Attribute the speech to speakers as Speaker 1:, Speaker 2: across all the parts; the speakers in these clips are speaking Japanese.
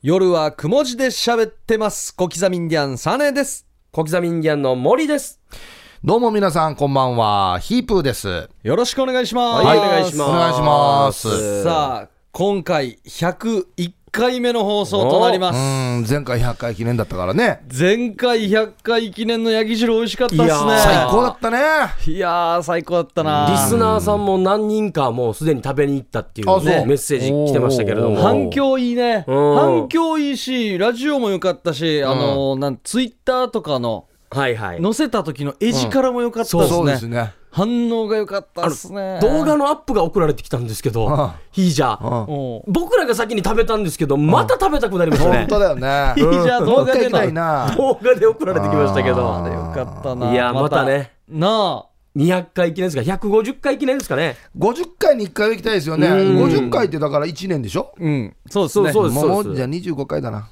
Speaker 1: 夜はくも字で喋ってます。小刻みインディアンサネです。
Speaker 2: 小刻みインディアンの森です。
Speaker 3: どうも皆さん、こんばんは。ヒープーです。
Speaker 1: よろしくお願いします。
Speaker 2: はいお願いします
Speaker 3: お願いします。う
Speaker 1: さあ、今回101回目の放送となります。
Speaker 3: ん、前回100回記念だったからね。
Speaker 1: 前回100回記念の焼き汁美味しかったっすね。
Speaker 2: いやー
Speaker 3: 最高だったね。
Speaker 1: いやー、最高だったな
Speaker 2: リスナーさんも何人かもうすでに食べに行ったっていう
Speaker 3: あそう
Speaker 2: ねメッセージ来てましたけれども。
Speaker 1: 反響いいね。
Speaker 2: うん
Speaker 1: 反響いいし、ラジオも良かったし、あのー、なん、ツイッターとかの、
Speaker 2: はいはい。
Speaker 1: 載せた時の絵力も良かったですね。
Speaker 3: そうですね。
Speaker 1: 反応が良かったですね。
Speaker 2: 動画のアップが送られてきたんですけど
Speaker 3: ん、
Speaker 2: ヒージャ
Speaker 3: うん。
Speaker 2: ー。
Speaker 3: 本
Speaker 2: 僕らが先に食べたんですけど、また食べたくなりましたね。
Speaker 3: 当だよね。
Speaker 1: いいじゃん、動
Speaker 3: もう一
Speaker 1: 画
Speaker 3: 回
Speaker 1: で
Speaker 3: 行きた
Speaker 1: の
Speaker 3: いな。
Speaker 2: 動画で送られてきましたけ
Speaker 3: あ
Speaker 2: ど。
Speaker 3: ー
Speaker 1: よかったな。
Speaker 2: いやまたね。
Speaker 1: なあ。
Speaker 2: 200回記念ですか ?150 回記念ですかね
Speaker 3: 50回に1回は行きたいですよね。
Speaker 2: うん
Speaker 3: 50回ってだから1年でしょ
Speaker 1: うん。そうです
Speaker 2: そう
Speaker 1: ね。
Speaker 2: そうです、
Speaker 3: も
Speaker 2: そうう
Speaker 3: じゃ
Speaker 2: で
Speaker 3: あ
Speaker 2: す。
Speaker 3: 25回だな。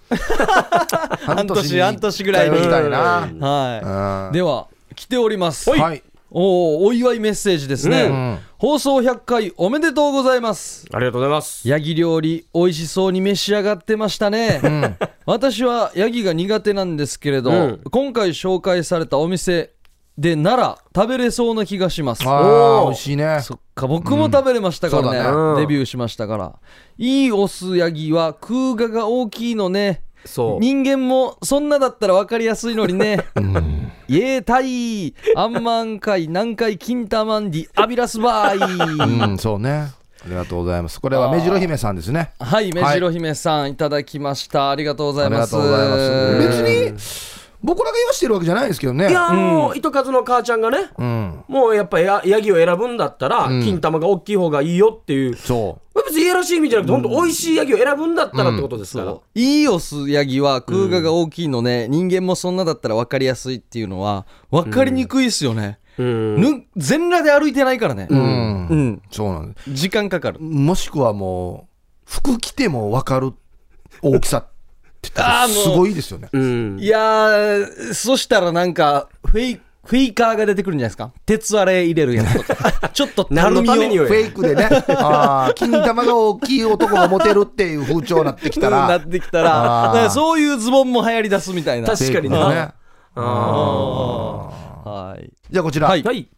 Speaker 1: 半年、半年ぐらい
Speaker 3: 行
Speaker 1: に。
Speaker 3: き
Speaker 1: は
Speaker 3: たいな。
Speaker 1: い。では、来ております。
Speaker 3: うんはい。
Speaker 1: おーお祝いメッセージですね。
Speaker 3: ん
Speaker 1: 放送100回おめでとうございます。
Speaker 2: ありがとうございます。
Speaker 1: ヤギ料理、美味しそうに召し上がってましたね。私はヤギが苦手なんですけれど、
Speaker 2: うん
Speaker 1: 今回紹介されたお店でなら食べれそうな気がします。
Speaker 3: あ
Speaker 2: お
Speaker 3: あ、
Speaker 2: ー
Speaker 3: 美味しいね。
Speaker 1: そっか僕も食べれましたからね,、
Speaker 3: うんそ
Speaker 2: だ
Speaker 3: う
Speaker 2: ね
Speaker 1: デビューしましたからいいオスヤギは空ガが大きいのね
Speaker 2: そう。
Speaker 1: 人間もそんなだったら分かりやすいのにねイエータイアンマンカイ南海キンタマンディアビラスバイ、
Speaker 3: うん、そうね。ありがとうございます。これは目白姫さんですね。
Speaker 1: はい目白姫さんいただきましたありがとうござ
Speaker 3: あ
Speaker 1: い
Speaker 3: り
Speaker 1: ま
Speaker 3: が
Speaker 1: す
Speaker 3: とうございます。別に、僕らが言わしてるわけじゃないですけどね。
Speaker 2: いやーもう、糸数の母ちゃんがね、
Speaker 3: うん。
Speaker 2: もうやっぱヤヤギを選ぶんだったら、金玉が大きい方がいいよっていう
Speaker 3: そ
Speaker 2: 別にいやらしい意味じゃなくて、本当美味しいヤギを選ぶんだったらってことですから。
Speaker 1: そういいオスヤギは空ガが大きいのね、人間もそんなだったら分かりやすいっていうのは分かりにくいっすよね、
Speaker 2: うん
Speaker 1: ぬ全裸で歩いてないからね、
Speaker 3: う。うん
Speaker 1: う。ん、
Speaker 3: そうなんです。
Speaker 1: 時間かかる
Speaker 3: もしくはもう、服着ても分かる大きさって言ったら
Speaker 1: あーもう
Speaker 3: すごいですよね。
Speaker 2: うん
Speaker 1: いやーそしたらなんかフェイフェイカーが出てくるんじゃないですか鉄あれ入れるやつとかちょっとた
Speaker 2: 何
Speaker 1: る
Speaker 2: の
Speaker 1: み
Speaker 2: ために
Speaker 1: を
Speaker 2: よ
Speaker 3: フェイク でね、あー金玉が大きい男がモテるっていう風潮になってきた
Speaker 1: な
Speaker 3: ら、
Speaker 1: ってきたら
Speaker 3: あー
Speaker 1: だからそういうズボンも流行り出すみたいな
Speaker 2: 確かにな
Speaker 3: フェイクのね
Speaker 1: はい
Speaker 3: じゃあこちら、
Speaker 1: はい
Speaker 2: はい。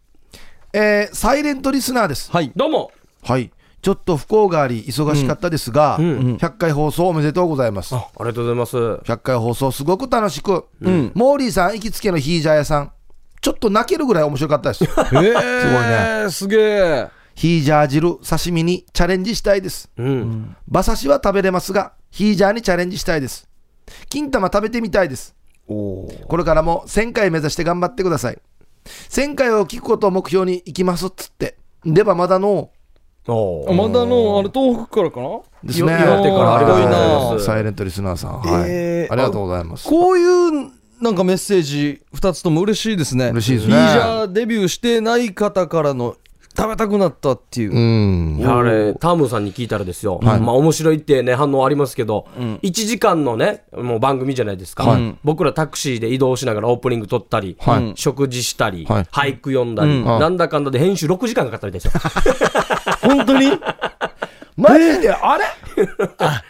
Speaker 3: えーサイレントリスナーです。
Speaker 1: はい
Speaker 2: どうも。
Speaker 3: はい。ちょっと不幸があり、忙しかったですが、100回放送おめでとうございます。
Speaker 2: ありがとうございます。
Speaker 3: 100回放送すごく楽しく、モーリーさん行きつけのヒージャー屋さんちょっと泣けるぐらい面白かったで す
Speaker 1: えー、すごいねすげえ
Speaker 3: ヒージャー汁刺身にチャレンジしたいです
Speaker 2: うん。
Speaker 3: 馬刺しは食べれますがヒージャーにチャレンジしたいです金玉食べてみたいですこれからも1000回目指して頑張ってください1000回を聞くことを目標に行きますっつってでばまだの
Speaker 2: おー
Speaker 1: まだのあれ東北からかな
Speaker 3: ですね
Speaker 1: よ岩手から
Speaker 2: ありがとうござい
Speaker 3: は
Speaker 2: ます
Speaker 3: サイレントリスナーさん、はい
Speaker 1: えー
Speaker 3: ありがとうございます
Speaker 1: こういうなんかメッセージ2つとも嬉しいですね
Speaker 3: 嬉しいですね
Speaker 1: リージャーデビューしてない方からの食べたくなったっていう、
Speaker 3: うん
Speaker 2: いやあれ、タームさんに聞いたらですよ、まあ面白いってね、反応ありますけど、1時間のね、もう番組じゃないですか、僕らタクシーで移動しながらオープニング撮ったり、
Speaker 3: はい
Speaker 2: 食事したり、
Speaker 3: はい
Speaker 2: 俳句読んだり、なんだかんだで編集6時間かかったりですよ。
Speaker 1: 本当に
Speaker 3: マジであれあれ
Speaker 2: だか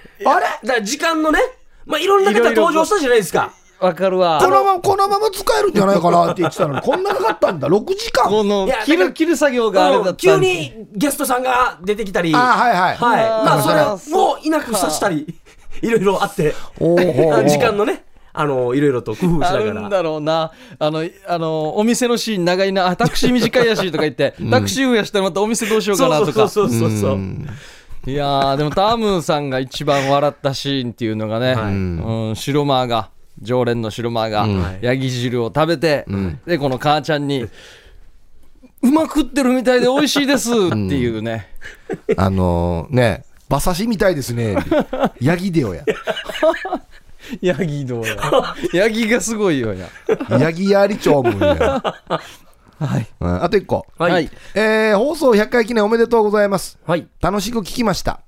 Speaker 2: ら時間のね、まあいろんな方登場したじゃないですか。
Speaker 1: わかる
Speaker 3: こ
Speaker 1: わ
Speaker 3: のまま、このまま使えるんじゃないかなって言ってたのに、こんなかかったんだ、6時間。
Speaker 1: この
Speaker 2: いや
Speaker 1: 切
Speaker 2: だか
Speaker 1: る
Speaker 2: ら
Speaker 1: 切る作業があれだった
Speaker 2: うんん
Speaker 1: で
Speaker 2: 急にゲストさんが出てきたり、
Speaker 3: あはいはい。
Speaker 2: はい。
Speaker 1: あー
Speaker 2: まあ、それ
Speaker 1: あー
Speaker 2: をいなくさせたり、いろいろあって、
Speaker 3: おーおーおー
Speaker 2: 時間のね、あの、いろいろと工夫し
Speaker 1: あ
Speaker 2: な
Speaker 1: る
Speaker 2: が
Speaker 1: ん
Speaker 2: ら。
Speaker 1: だろうなあのあのお店のシーン長いなあタクシー短いやしとか言 って、タクシー増やしたらまたお店どうしようかなと
Speaker 2: そう
Speaker 1: か
Speaker 2: そうそうそうそう。
Speaker 1: いやーでもタームさんが一番笑ったシーンっていうのがね、
Speaker 2: はい
Speaker 1: うん、白マーが常連の白マーが、
Speaker 2: ん
Speaker 1: ヤギ汁を食べて、でこの母ちゃんに「うまく食ってるみたいで美味しいです」っていうね、
Speaker 3: あのーね、馬刺しみたいですね。ヤギでよや。
Speaker 1: ヤギどうや ヤギがすごいよや
Speaker 3: ヤギやりちょうもんや。
Speaker 1: はい、
Speaker 3: うんあと1個。
Speaker 2: はい
Speaker 1: はい
Speaker 3: えー放送100回記念おめでとうございます。
Speaker 2: はい。
Speaker 3: 楽しく聞きました。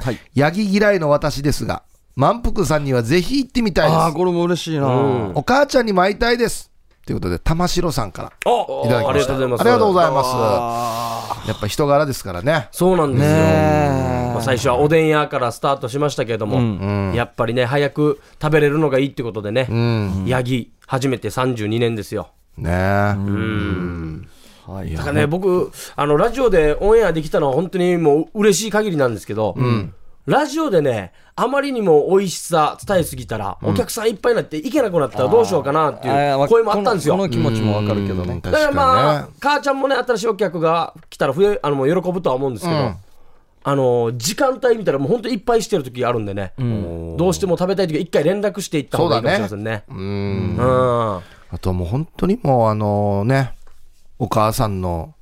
Speaker 1: はい、
Speaker 3: ヤギ嫌いの私ですが、満腹さんにはぜひ行ってみたい
Speaker 1: ああ
Speaker 3: で
Speaker 1: これも嬉しいな、
Speaker 2: うん
Speaker 3: す。お母ちゃんにも会いたいです。ということで、玉城さんから
Speaker 2: お
Speaker 3: いただき
Speaker 2: あ
Speaker 3: ま
Speaker 2: り
Speaker 3: し
Speaker 2: がと
Speaker 3: た。
Speaker 2: うございます。
Speaker 3: ありがとうござい
Speaker 2: す。
Speaker 3: ます。やっぱ人柄ですからね。
Speaker 2: そうなんですよ。
Speaker 1: ねえ
Speaker 2: まあ、最初はおでん屋からスタートしましたけれども、やっぱりね、早く食べれるのがいいってことでね、ヤギ、初めて32年ですよ。
Speaker 3: ねえ、
Speaker 1: はい
Speaker 2: だからね、僕、あのラジオでオンエアできたのは、本当にもう嬉しい限りなんですけど、ラジオでね、あまりにも美味しさ伝えすぎたら、お客さんいっぱいになって、いけなくなったらどうしようかなって
Speaker 1: あー
Speaker 2: い
Speaker 1: わ
Speaker 2: う声もあったんですよ。
Speaker 1: このこの気持ちもわかるけどね。
Speaker 2: だから
Speaker 3: 確
Speaker 2: ま
Speaker 3: か
Speaker 2: あ、
Speaker 3: にね
Speaker 2: 母ちゃんもね、新しいお客が来たら増えあのもう喜ぶとは思うんですけど、あの時間帯見たら、もう本当いっぱいしてる時あるんでね、どうしても食べたい時は、一回連絡していった方がいいかもしれませんね。
Speaker 3: うん
Speaker 2: うん
Speaker 3: あともう本当にもうあのねお母さんの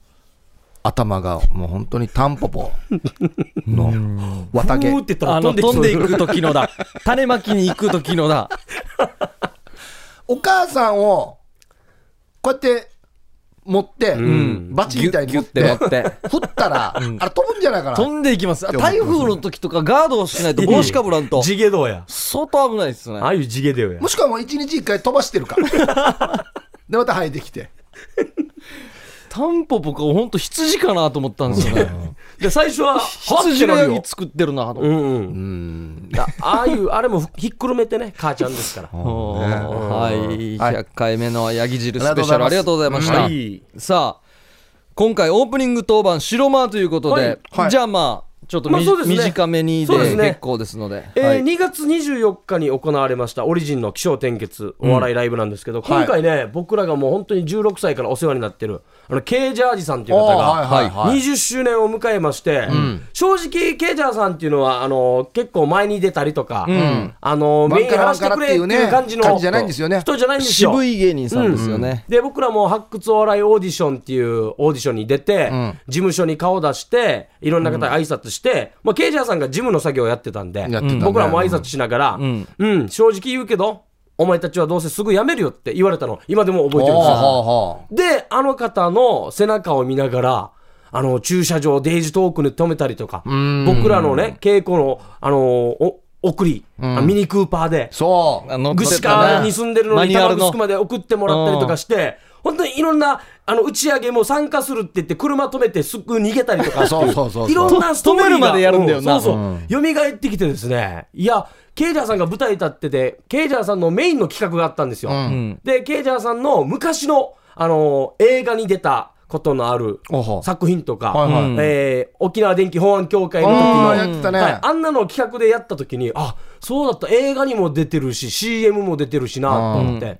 Speaker 3: 頭がもう本当にタンポポの綿毛
Speaker 2: ふーって言った
Speaker 1: あ
Speaker 2: ら飛
Speaker 1: の
Speaker 2: んでき
Speaker 1: 飛ん
Speaker 2: そう
Speaker 1: でいく時の だ。種まきに行く時のだ。
Speaker 3: お母さんをこうやって持って、バチみたいに持って
Speaker 1: ギュッギュッて持 って
Speaker 3: 振ったら、あれ飛ぶんじゃないかな
Speaker 1: 飛んでいきます。あ台風の時とかガードをしないと帽子かぶらん と。
Speaker 2: 地毛どうや。
Speaker 1: 相当危ないですね
Speaker 2: あ。あいう地毛どうや
Speaker 3: も。しくはもう一日一回飛ばして るからでまた生えてきて
Speaker 1: タンポポか、ほんと羊かなと思ったんですよね。
Speaker 2: で、最初は、
Speaker 1: 羊の
Speaker 2: はっってなる
Speaker 1: ヤ
Speaker 2: よ
Speaker 1: ギ作ってるなと思っ
Speaker 2: う
Speaker 1: て。
Speaker 2: んうん。だああいう、あれもひっくるめてね、母ちゃんです から。
Speaker 1: おーはい。100回目のヤギ汁スペシャルあ
Speaker 3: あ
Speaker 1: りが
Speaker 3: り
Speaker 1: と
Speaker 3: がと
Speaker 1: うございました。
Speaker 2: はい
Speaker 1: さあ、今回オープニング当番白間ということで、
Speaker 2: はい
Speaker 3: はい
Speaker 1: じゃあまあ、ちょっとみ、
Speaker 2: まあそうですね
Speaker 1: 短めに
Speaker 2: そうで
Speaker 1: です
Speaker 2: ね
Speaker 1: 結構ですので。
Speaker 2: えー
Speaker 1: はい
Speaker 2: 2月24日に行われましたオリジンの気象転結お笑いライブなんですけど、今回ね、僕らがもう本当に16歳からお世話になってるあのケージャージさんという方
Speaker 3: おーはいはい
Speaker 2: が
Speaker 3: はい
Speaker 2: 20周年を迎えまして、正直ケージャーさんっていうのはあの結構前に出たりとか、あのメインやらせてくれっていう感じの
Speaker 3: ワンカラワンカラっていうね感じじゃないんですよね
Speaker 2: 人じゃないんですよ
Speaker 1: 渋い芸人さんですよね。
Speaker 2: で僕らも発掘お笑いオーディションっていうオーディションに出て、事務所に顔出していろんな方に挨拶して、まあ、ケイジャーさんが事務の作業をやってたんで
Speaker 3: やってたね
Speaker 2: 僕らも挨拶しながら、うん正直言うけどお前たちはどうせすぐ辞めるよって言われたの今でも覚えてるんですよで、あの方の背中を見ながら、あの、駐車場、デイジトークに止めたりとか、僕らのね、稽古の、あの、お送り、あミニクーパーで、
Speaker 3: そう
Speaker 1: あの
Speaker 2: ぐしかに住んでるの
Speaker 1: マ
Speaker 2: に、
Speaker 1: ニュア
Speaker 2: タ
Speaker 1: ル
Speaker 2: バ
Speaker 1: の
Speaker 2: スク。まで送ってもらったりとかして、本当にいろんな、あの、打ち上げも参加するって言って、車止めてすぐ逃げたりと か、
Speaker 3: そうそうそうそう
Speaker 2: いろんなストーリーが
Speaker 1: 止めるまでやるんだよな
Speaker 2: うそうそう。蘇ってきてですね、いや、ケイジャーさんが舞台立ってて、ケイジャーさんのメインの企画があったんですよ。で、ケイジャーさんの昔の、あの映画に出た、ことのある
Speaker 3: おほ
Speaker 2: 作品とか、
Speaker 3: はいはい
Speaker 2: えー沖縄電気保安協会の時
Speaker 3: あ
Speaker 2: の
Speaker 3: ーやってたね
Speaker 2: はいあんなのを企画でやった時にあそうだった映画にも出てるし CM も出てるしなと思って、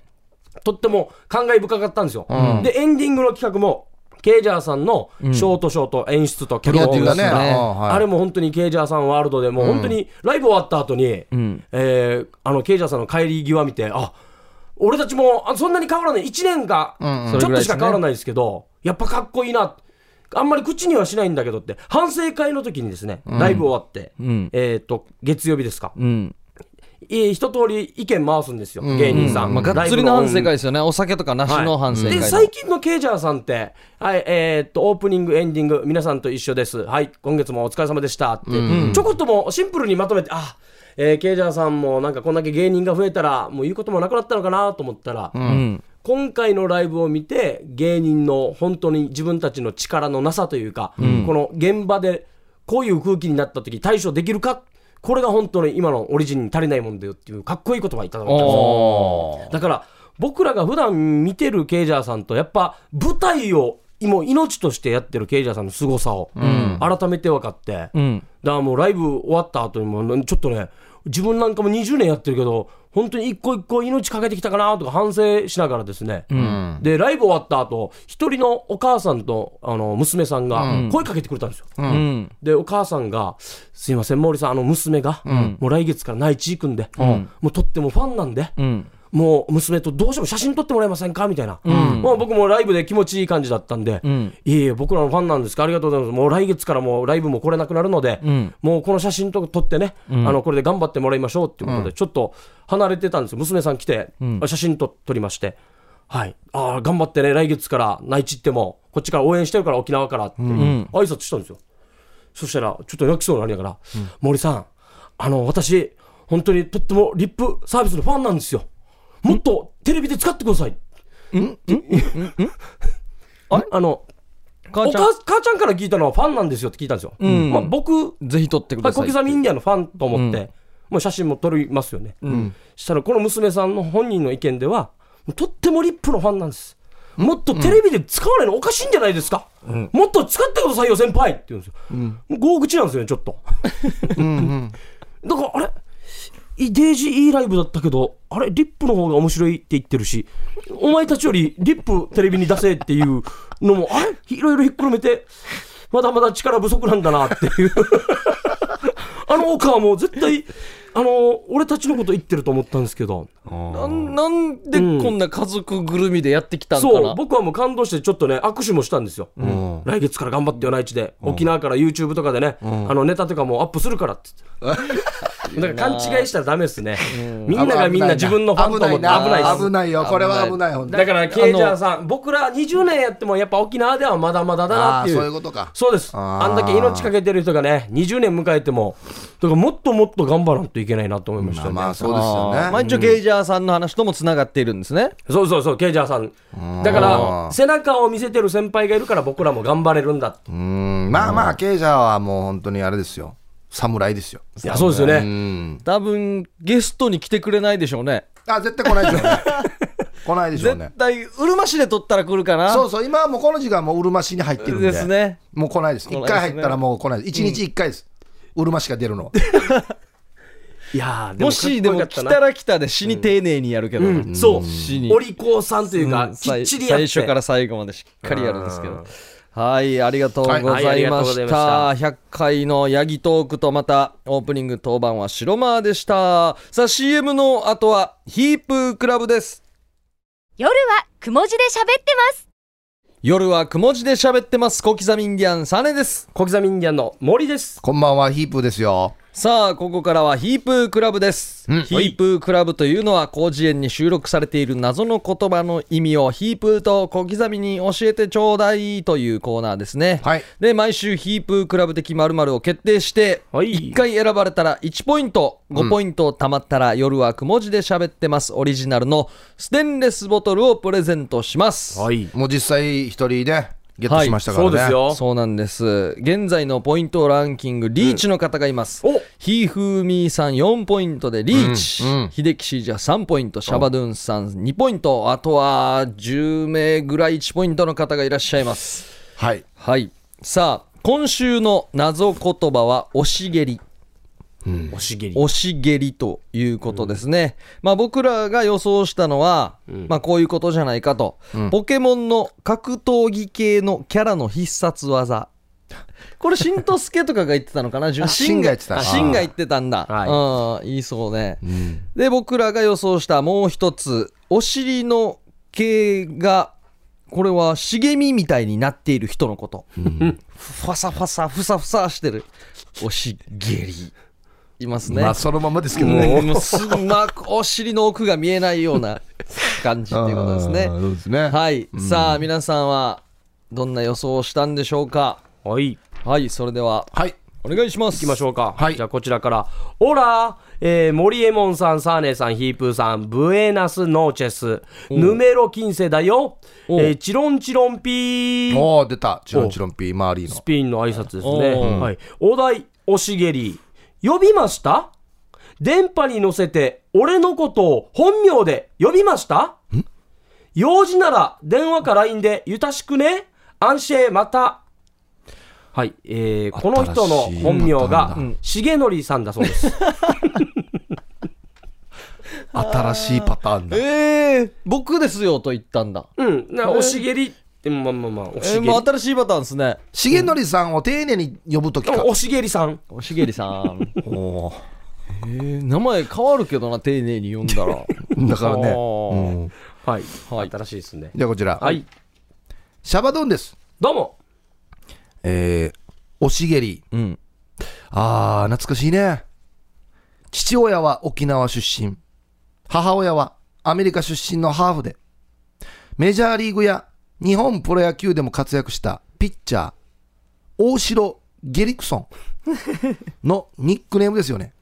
Speaker 2: とっても感慨深かったんですよ、でエンディングの企画もケイジャーさんのショートショート演出と脚
Speaker 3: やっ
Speaker 2: 本
Speaker 3: て
Speaker 2: が
Speaker 3: たね
Speaker 1: ね
Speaker 3: あはい
Speaker 2: あれも本当にケイジャーさんワールドでもう本当にライブ終わった後に、えーあのケイジャーさんの帰り際見てあ俺たちもあそんなに変わらない1年か
Speaker 1: ん
Speaker 2: ちょっとしか変わらないですけど、やっぱかっこいいなあんまり口にはしないんだけどって反省会の時にですねライブ終わって、
Speaker 1: ん
Speaker 2: えっ、と月曜日ですか、
Speaker 1: うん。
Speaker 2: えー一通り意見回すんですよ、芸人さん、
Speaker 1: まあ、がっつりの反省会ですよね。お酒とかなしの反省会
Speaker 2: で
Speaker 1: の。
Speaker 2: 最近のケイジャーさんって、はいえーっとオープニング、エンディング、皆さんと一緒です、はい、今月もお疲れ様でしたって、ちょこっともシンプルにまとめて、あえー、ケイジャーさんもなんかこんだけ芸人が増えたら、もう言うこともなくなったのかなと思ったら、今回のライブを見て、芸人の本当に自分たちの力のなさというか、この現場でこういう空気になった時対処できるか、これが本当に今のオリジンに足りないもんだよっていう、かっこいい言葉いただいたんですよ。
Speaker 1: おー
Speaker 2: だから僕らが普段見てるケイジャーさんとやっぱ舞台をもう命としてやってるケイジャーさんの凄さを改めて分かって、だか
Speaker 1: うん。
Speaker 2: らもうライブ終わった後にもちょっとね自分なんかも20年やってるけど本当に一個一個命かけてきたかなとか反省しながらですね、でライブ終わった後一人のお母さんとあの娘さんが声かけてくれたんですよ、
Speaker 1: うん。
Speaker 2: でお母さんが「すいません毛利さんあの娘が、もう来月から内地行くんで、もうとってもファンなんで、
Speaker 1: うん。
Speaker 2: もう娘とどうしても写真撮ってもらえませんかみたいな、もう僕もライブで気持ちいい感じだったんで、いえいえ、僕らのファンなんですか、ありがとうございます、もう来月からもうライブも来れなくなるので、もうこの写真とか撮ってね、あのこれで頑張ってもらいましょうっていうことで、ちょっと離れてたんですよ、娘さん来て、写真と撮りまして、はい、ああ、頑張ってね、来月から内地行っても、こっちから応援してるから、沖縄からって、挨拶したんですよ。そしたら、ちょっと泣きそうになりながら、森さん、あの、私、本当にとってもリップサービスのファンなんですよ。もっとテレビで使ってください。んんんあれあの、
Speaker 1: 母
Speaker 2: お
Speaker 1: ちゃん
Speaker 2: 母母ちゃんから聞いたのはファンなんですよって聞いたんですよ。
Speaker 1: うん
Speaker 2: まあ、僕、
Speaker 1: ぜひ撮ってく
Speaker 2: は
Speaker 1: だ
Speaker 2: い、
Speaker 1: さ
Speaker 2: 小
Speaker 1: い
Speaker 2: 刻みイン
Speaker 1: に
Speaker 2: ディアンのファンと思って、
Speaker 1: うん
Speaker 2: もう写真も撮りますよね。
Speaker 1: うん
Speaker 2: したら、この娘さんの本人の意見では、とってもリップのファンなんです。もっとテレビで使わないのおかしいんじゃないですか、もっと使ってくださいよ、先輩って言うんですよ。もう合口なんですよね、ちょっと。 だから、あれいデイジーいいライブだったけど、あれ、リップの方が面白いって言ってるし、お前たちよりリップテレビに出せっていうのも、あれいろいろひっくるめて、まだまだ力不足なんだなっていう。あの岡はもう絶対、あの、俺たちのこと言ってると思ったんですけど、
Speaker 1: なんなんでこんな家族ぐるみでやってきたんかな、
Speaker 2: そう、僕はもう感動してちょっとね、握手もしたんですよ。
Speaker 3: ん
Speaker 2: 来月から頑張ってよ、内地で。沖縄から YouTube とかでね、あのネタとかもアップするからって 言って。だから勘違いしたらダメですね。みんながみんな自分のファンと思って危ないです。
Speaker 3: 危ないよこれは危ないほんと
Speaker 2: だから、ケイジャーさん、僕ら20年やっても、やっぱ沖縄ではまだまだだな
Speaker 3: あ
Speaker 2: っ
Speaker 3: あ
Speaker 2: ていう。
Speaker 3: そういうことか
Speaker 2: そうです。
Speaker 3: あ
Speaker 2: あ
Speaker 3: ー
Speaker 2: んだけ命かけてる人がね、20年迎えても、だからもっともっと頑張らんといけないなと思いました
Speaker 3: まあ
Speaker 2: ね。
Speaker 3: まあそうですよね
Speaker 1: あーまあ、一応ゲイジャーさんの話ともつながっているんですね
Speaker 2: そうそうそう、ケイジャーさん。だから、背中を見せてる先輩がいるから、僕らも頑張れるんだって。
Speaker 3: うーんまあまあケイジャーはもう本当にあれですよ侍ですよ
Speaker 2: いや、そうですよ
Speaker 3: う
Speaker 2: ね。
Speaker 3: ん
Speaker 1: 多分ゲストに来てくれないでしょうね
Speaker 3: あ絶対来ないでしょうね来ないでしょうね
Speaker 1: 絶対うるま市で撮ったら来るかな
Speaker 3: そうそう今はもうこの時間もううるま市に入ってるんで
Speaker 1: ですね
Speaker 3: もう来ないです
Speaker 1: ない
Speaker 3: 一
Speaker 1: ですね
Speaker 3: 回入ったらもう来ないです一日一回です、うるま市が出るのは
Speaker 2: いやー
Speaker 1: もしで
Speaker 2: かっこ
Speaker 1: も
Speaker 2: よか
Speaker 1: 来
Speaker 2: った
Speaker 1: た
Speaker 2: ら、
Speaker 1: ら来たで死に丁寧にやるけど、
Speaker 2: うん、そう、
Speaker 1: 死に
Speaker 2: お利口さんというか、きっ
Speaker 1: 最
Speaker 2: ちりやって。
Speaker 1: 最初から最後までしっかりやるんですけどはいありがとうございました,、
Speaker 2: はいありがとうございま
Speaker 1: 100回のヤギトークとまたオープニング当番は白間でしたさあ CM の後はヒープークラブです
Speaker 4: 夜はくも字で喋ってます
Speaker 1: 夜はくも字で喋ってます小刻みインディアンサネです
Speaker 2: 小刻みインディアンの森です。
Speaker 3: こんばんはヒープーですよ
Speaker 1: さあここからはヒープークラブです、
Speaker 3: うん
Speaker 1: ヒープークラブというのは広辞苑に収録されている謎の言葉の意味をヒープーと小刻みに教えてちょうだいというコーナーですね、
Speaker 3: はい
Speaker 1: で毎週ヒープークラブ的〇〇を決定して、
Speaker 2: はい
Speaker 1: 1回選ばれたら1ポイント5ポイント貯まったら夜はくも字で喋ってますオリジナルのステンレスボトルをプレゼントします、
Speaker 2: い。
Speaker 3: もう実際一人でゲットしましたから
Speaker 2: そう
Speaker 3: ね、
Speaker 2: ですよ。
Speaker 1: そうなんです現在のポイントランキングリーチの方がいます、
Speaker 2: お
Speaker 1: ひーふーみーさん4ポイントでリーチ、
Speaker 3: うんうん
Speaker 1: 秀樹シージャー3ポイントシャバドゥンさん2ポイントあとは10名ぐらい1ポイントの方がいらっしゃいます
Speaker 3: はい
Speaker 1: はいさあ今週の謎言葉は「おしげり」
Speaker 2: おしげり。
Speaker 1: 押し蹴りということですね、まあ、僕らが予想したのは、まあ、こういうことじゃないかと、ポケモンの格闘技系のキャラの必殺技 これしんとすけとかが言ってたのかなじゅ
Speaker 3: あしんが言ってた
Speaker 1: あしんが言ってたんだ
Speaker 2: は
Speaker 1: うん言いそうね、で僕らが予想したもう一つお尻の毛がこれは茂みみたいになっている人のこと、ファサファサふさふさしてるおしげりいますね、
Speaker 3: まあそのままですけどね
Speaker 1: もうもうすぐまあお尻の奥が見えないような感じっていうことですね
Speaker 3: あーそうですね
Speaker 1: はい、さあ皆さんはどんな予想をしたんでしょうか
Speaker 2: はい。行
Speaker 1: はいそれでは
Speaker 3: はい
Speaker 1: お願いします
Speaker 2: きましょうか。
Speaker 3: はい
Speaker 2: じゃあ、こちらから。オラ、えー、森エモンさん、サーネさん、ヒープーさん、ブエナスノーチェス、ヌメロ金世だよ、え
Speaker 1: お
Speaker 2: ー、チロンチロンピー。
Speaker 3: おー出たチロンチロンピーマーリー
Speaker 2: ス
Speaker 3: の
Speaker 2: ピンの挨拶です
Speaker 1: お
Speaker 2: ね。はい、お題、おしげり。呼びました電波に乗せて、俺のことを本名で呼びました用事なら電話か LINE で、ゆたしくね。安心また。はい、えー、この人の本名が、重則さんだそうです。
Speaker 3: 新しいパターンだ
Speaker 1: えー、僕ですよと言ったんだ
Speaker 2: うん、なおしげりって、まあまあまあ、お
Speaker 1: え
Speaker 2: し
Speaker 1: ー、
Speaker 2: げり
Speaker 1: もう。新しいパターンですね
Speaker 3: 重則さんを丁寧に呼ぶときか
Speaker 2: おしげりさん。
Speaker 1: おしげりさん、
Speaker 3: お
Speaker 1: えー、名前変わるけどな丁寧に読んだら
Speaker 3: ーだから
Speaker 1: あ
Speaker 3: ね
Speaker 1: ー
Speaker 2: はい、
Speaker 1: はい
Speaker 2: 新しいですね。
Speaker 3: じゃあこちら、
Speaker 2: はい、
Speaker 3: シャバドゥンです
Speaker 2: どうも。
Speaker 3: えー、おしげり
Speaker 1: うん
Speaker 3: あー懐かしいね父親は沖縄出身母親はアメリカ出身のハーフでメジャーリーグや日本プロ野球でも活躍したピッチャー大城ゲリクソンのニックネームですよね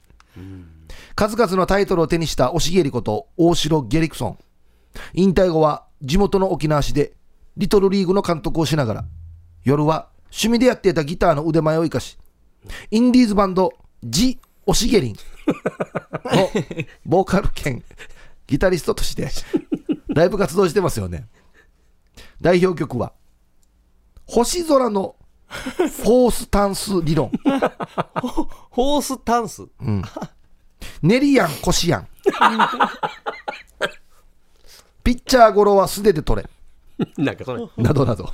Speaker 3: 数々のタイトルを手にした押しげりこと大城ゲリクソン引退後は地元の沖縄市でリトルリーグの監督をしながら夜は趣味でやっていたギターの腕前を生かしインディーズバンドジ・オシゲリンのボーカル兼ギタリストとしてライブ活動してますよね代表曲は「星空のフォースタンス理論」
Speaker 1: ホースタンス
Speaker 3: ネリアン、コシアン。ピッチャーゴロは素手で取れ。
Speaker 2: なんかそれ。
Speaker 3: などなど。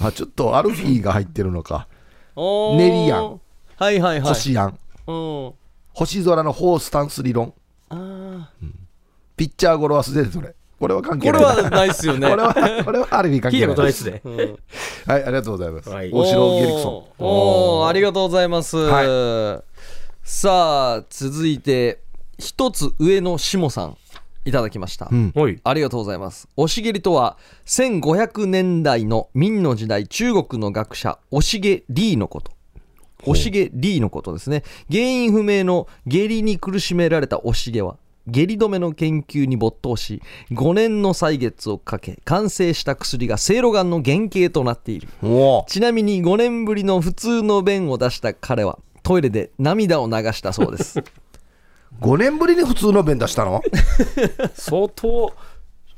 Speaker 3: まあちょっとアルフィーが入ってるのか。
Speaker 1: おー
Speaker 3: ネリアン
Speaker 1: はいはいはい
Speaker 3: コシアン。
Speaker 1: うん
Speaker 3: 星空のホースタンス理論。
Speaker 1: あ
Speaker 3: ピッチャーゴロは素手で取れ。これは関
Speaker 1: ーこ
Speaker 3: 係
Speaker 1: れ
Speaker 3: ない。
Speaker 1: はないっすよね
Speaker 3: これは、これはアルフィー関
Speaker 2: 聞い
Speaker 3: 係
Speaker 2: たことな
Speaker 3: ない
Speaker 2: っ。
Speaker 3: い
Speaker 2: すね。
Speaker 3: はい、ありがとうございます。
Speaker 2: はい
Speaker 3: 大城ゲリクソ
Speaker 1: ンおーおーありがとうございます、さあ続いて一つ上の下さんいただきました、
Speaker 3: ん
Speaker 2: おい。
Speaker 1: ありがとうございます。おしげりとは、1500年代の明の時代、中国の学者、おしげりのこと。おしげりのことですね。原因不明の下痢に苦しめられたおしげは、下痢止めの研究に没頭し、5年の歳月をかけ、完成した薬がセいろがんの原型となっている。
Speaker 3: ン。お
Speaker 1: ちなみに5年ぶりの普通の便を出した彼は、トイレで涙を流したそうです。
Speaker 3: 5年ぶりに普通の弁出したの
Speaker 2: 相当、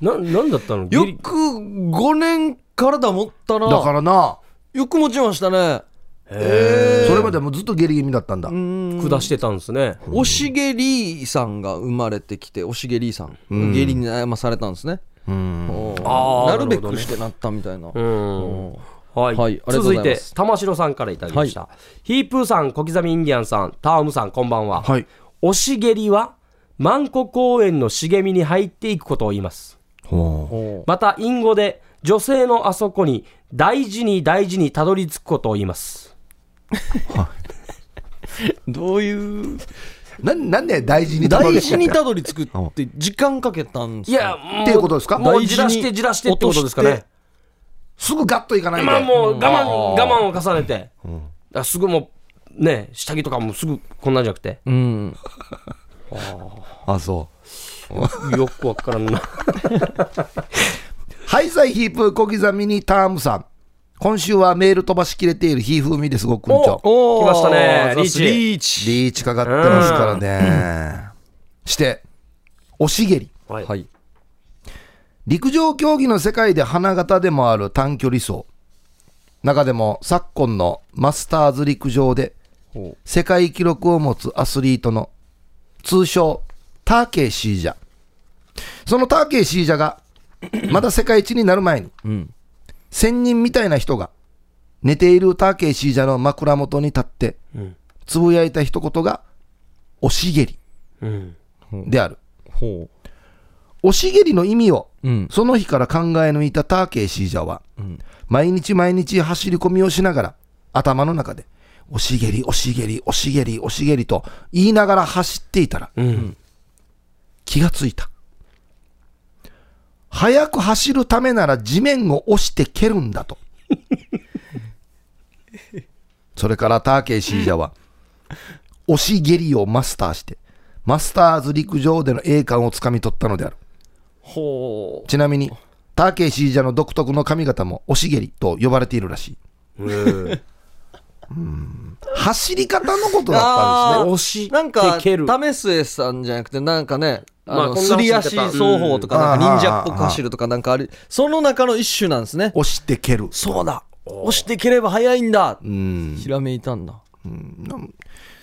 Speaker 2: な、なんだったの
Speaker 1: よ
Speaker 2: ギリ
Speaker 1: く5年体持ったな。
Speaker 3: だからな、
Speaker 1: よく持ちましたね。
Speaker 3: それまでもうずっとゲリ気味だったんだ。
Speaker 2: 下してたんですね。
Speaker 1: おしげりーさんが生まれてきて、おしげりーさん、下痢に悩まされたんですね。おー
Speaker 2: あー
Speaker 1: なるべ
Speaker 2: なるほど
Speaker 1: く
Speaker 2: ね
Speaker 1: してなったみたいな。
Speaker 2: うん。は
Speaker 1: は
Speaker 2: い、
Speaker 1: いありがとうご
Speaker 2: 続
Speaker 1: ざい
Speaker 2: い
Speaker 1: ます
Speaker 2: て玉城さんからいただきました、ヒープーさん小刻みインディアンさんタームさんこんばんは、
Speaker 3: はい。
Speaker 2: おしげりは万古公園の茂みに入っていくことを言います
Speaker 3: ほ
Speaker 1: おー
Speaker 2: また隠語で女性のあそこに大事に大事にたどり着くことを言います
Speaker 1: どういう
Speaker 3: うななんで大事にたど
Speaker 1: 大
Speaker 3: り着
Speaker 1: 事
Speaker 3: いたん
Speaker 1: に
Speaker 3: だ
Speaker 1: たどり着くって時間かけたんです
Speaker 2: いや
Speaker 1: か
Speaker 2: も
Speaker 3: っていうことですか
Speaker 2: もう
Speaker 1: 大
Speaker 2: じ
Speaker 1: 事
Speaker 2: ら
Speaker 1: に
Speaker 2: してじらしてってことですかね
Speaker 3: すぐガッといかない で。
Speaker 2: まあもう我慢我慢を重ねて、だからすぐもうね下着とかもすぐこんなんじゃなく て
Speaker 1: うん
Speaker 3: あ、そう。
Speaker 2: よくわからんな
Speaker 3: ハイサイヒープ小刻みにタームさん。今週はメール飛ばしきれているヒーフーミですごくんちょ。
Speaker 1: おー
Speaker 2: 来ましたね
Speaker 1: ザスリーチ
Speaker 3: リーチかかってますからね。して、おしげり。
Speaker 2: はい
Speaker 1: はい
Speaker 3: 陸上競技の世界で花形でもある短距離走。中でも昨今のマスターズ陸上で
Speaker 1: ほ
Speaker 3: 世界記録を持つアスリートの通称ターケーシージャ。そのターケーシージ ャがまだ世界一になる前に、
Speaker 1: ん
Speaker 3: 仙人みたいな人が寝ているターケーシージャの枕元に立って、つぶやいた一言がおしげり
Speaker 2: うん
Speaker 3: である。
Speaker 1: ほ
Speaker 3: おしげりの意味を
Speaker 1: ううん
Speaker 3: その日から考え抜いたターケーシージャは、毎日毎日走り込みをしながら、頭の中で、おしげり、おしげり、おしげり、おしげりと言いながら走っていたら、
Speaker 2: うん
Speaker 3: 気がついた。早く走るためなら地面を押して蹴るんだと。それからターケーシージャは、押し蹴りをマスターして、マスターズ陸上での栄冠をつかみ取ったのである。
Speaker 1: ほ
Speaker 3: ちなみに、ターケーシージャの独特の髪型も、おしげりと呼ばれているらしい。走り方のことだったんですね。
Speaker 2: 押し
Speaker 1: うなんか
Speaker 2: て蹴る
Speaker 1: 為末さんじゃなくてなんかねあ
Speaker 2: まあ
Speaker 1: の
Speaker 2: こん
Speaker 1: す
Speaker 2: な
Speaker 1: り足
Speaker 2: 走り方
Speaker 1: 走法とか
Speaker 3: うん
Speaker 1: なんか忍者っぽく走るとかなんかあるその中の一種なんですね
Speaker 3: 押して蹴る。
Speaker 1: そうだ押して蹴れば早いんだ
Speaker 3: うん。
Speaker 1: ひらめいたんだ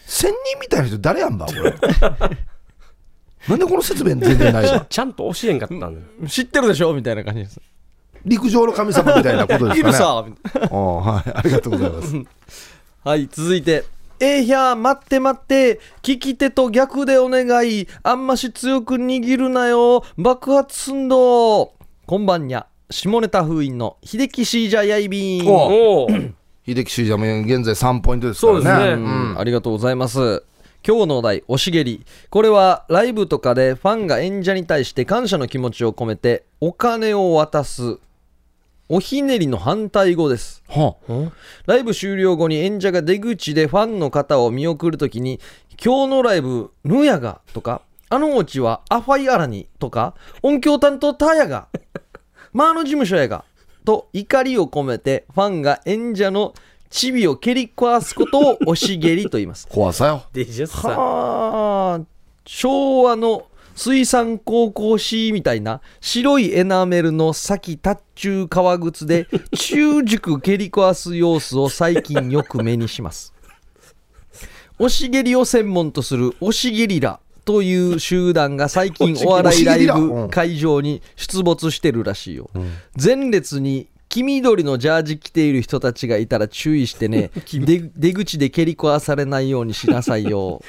Speaker 3: 仙人みたいな人誰やんば、これ。 なんでこの説明全然ないの
Speaker 2: ちゃんと教えんかったんだよ
Speaker 1: 知ってるでしょみたいな感じです
Speaker 3: 陸上の神様みたいなことです
Speaker 1: い
Speaker 3: か
Speaker 1: る
Speaker 3: ね。
Speaker 1: さみたいな
Speaker 3: おうはい、ありがとうございます。
Speaker 1: はい続いてえーひゃー待って待って聞き手と逆でお願いあんまし強く握るなよ爆発すんどこんばんにゃ下ネタ封印の秀樹シージャーやいびん
Speaker 3: おう
Speaker 2: おおー
Speaker 3: 秀樹シージャも現在3ポイントですからね。
Speaker 2: そうですね
Speaker 1: うん、ありがとうございます。今日のお題、おしげり。これはライブとかでファンが演者に対して感謝の気持ちを込めてお金を渡す。おひねりの反対語です。
Speaker 3: はあ
Speaker 1: ライブ終了後に演者が出口でファンの方を見送るときに、今日のライブ、ぬやがとか、あのうち はアファイアラにとか、音響担当タヤが、まああの事務所やが、と怒りを込めてファンが演者のチビを蹴り壊すことを押し蹴りと言います
Speaker 3: 怖さよ。
Speaker 2: 20歳。
Speaker 1: はあ昭和の水産高校 C みたいな白いエナメルの先タッチュー革靴で中熟蹴り壊す様子を最近よく目にします押し蹴りを専門とする押し蹴りらという集団が最近お笑いライブ会場に出没してるらしいよ、前列に黄緑のジャージ着ている人たちがいたら注意して ねで出口で蹴り壊されないようにしなさい よ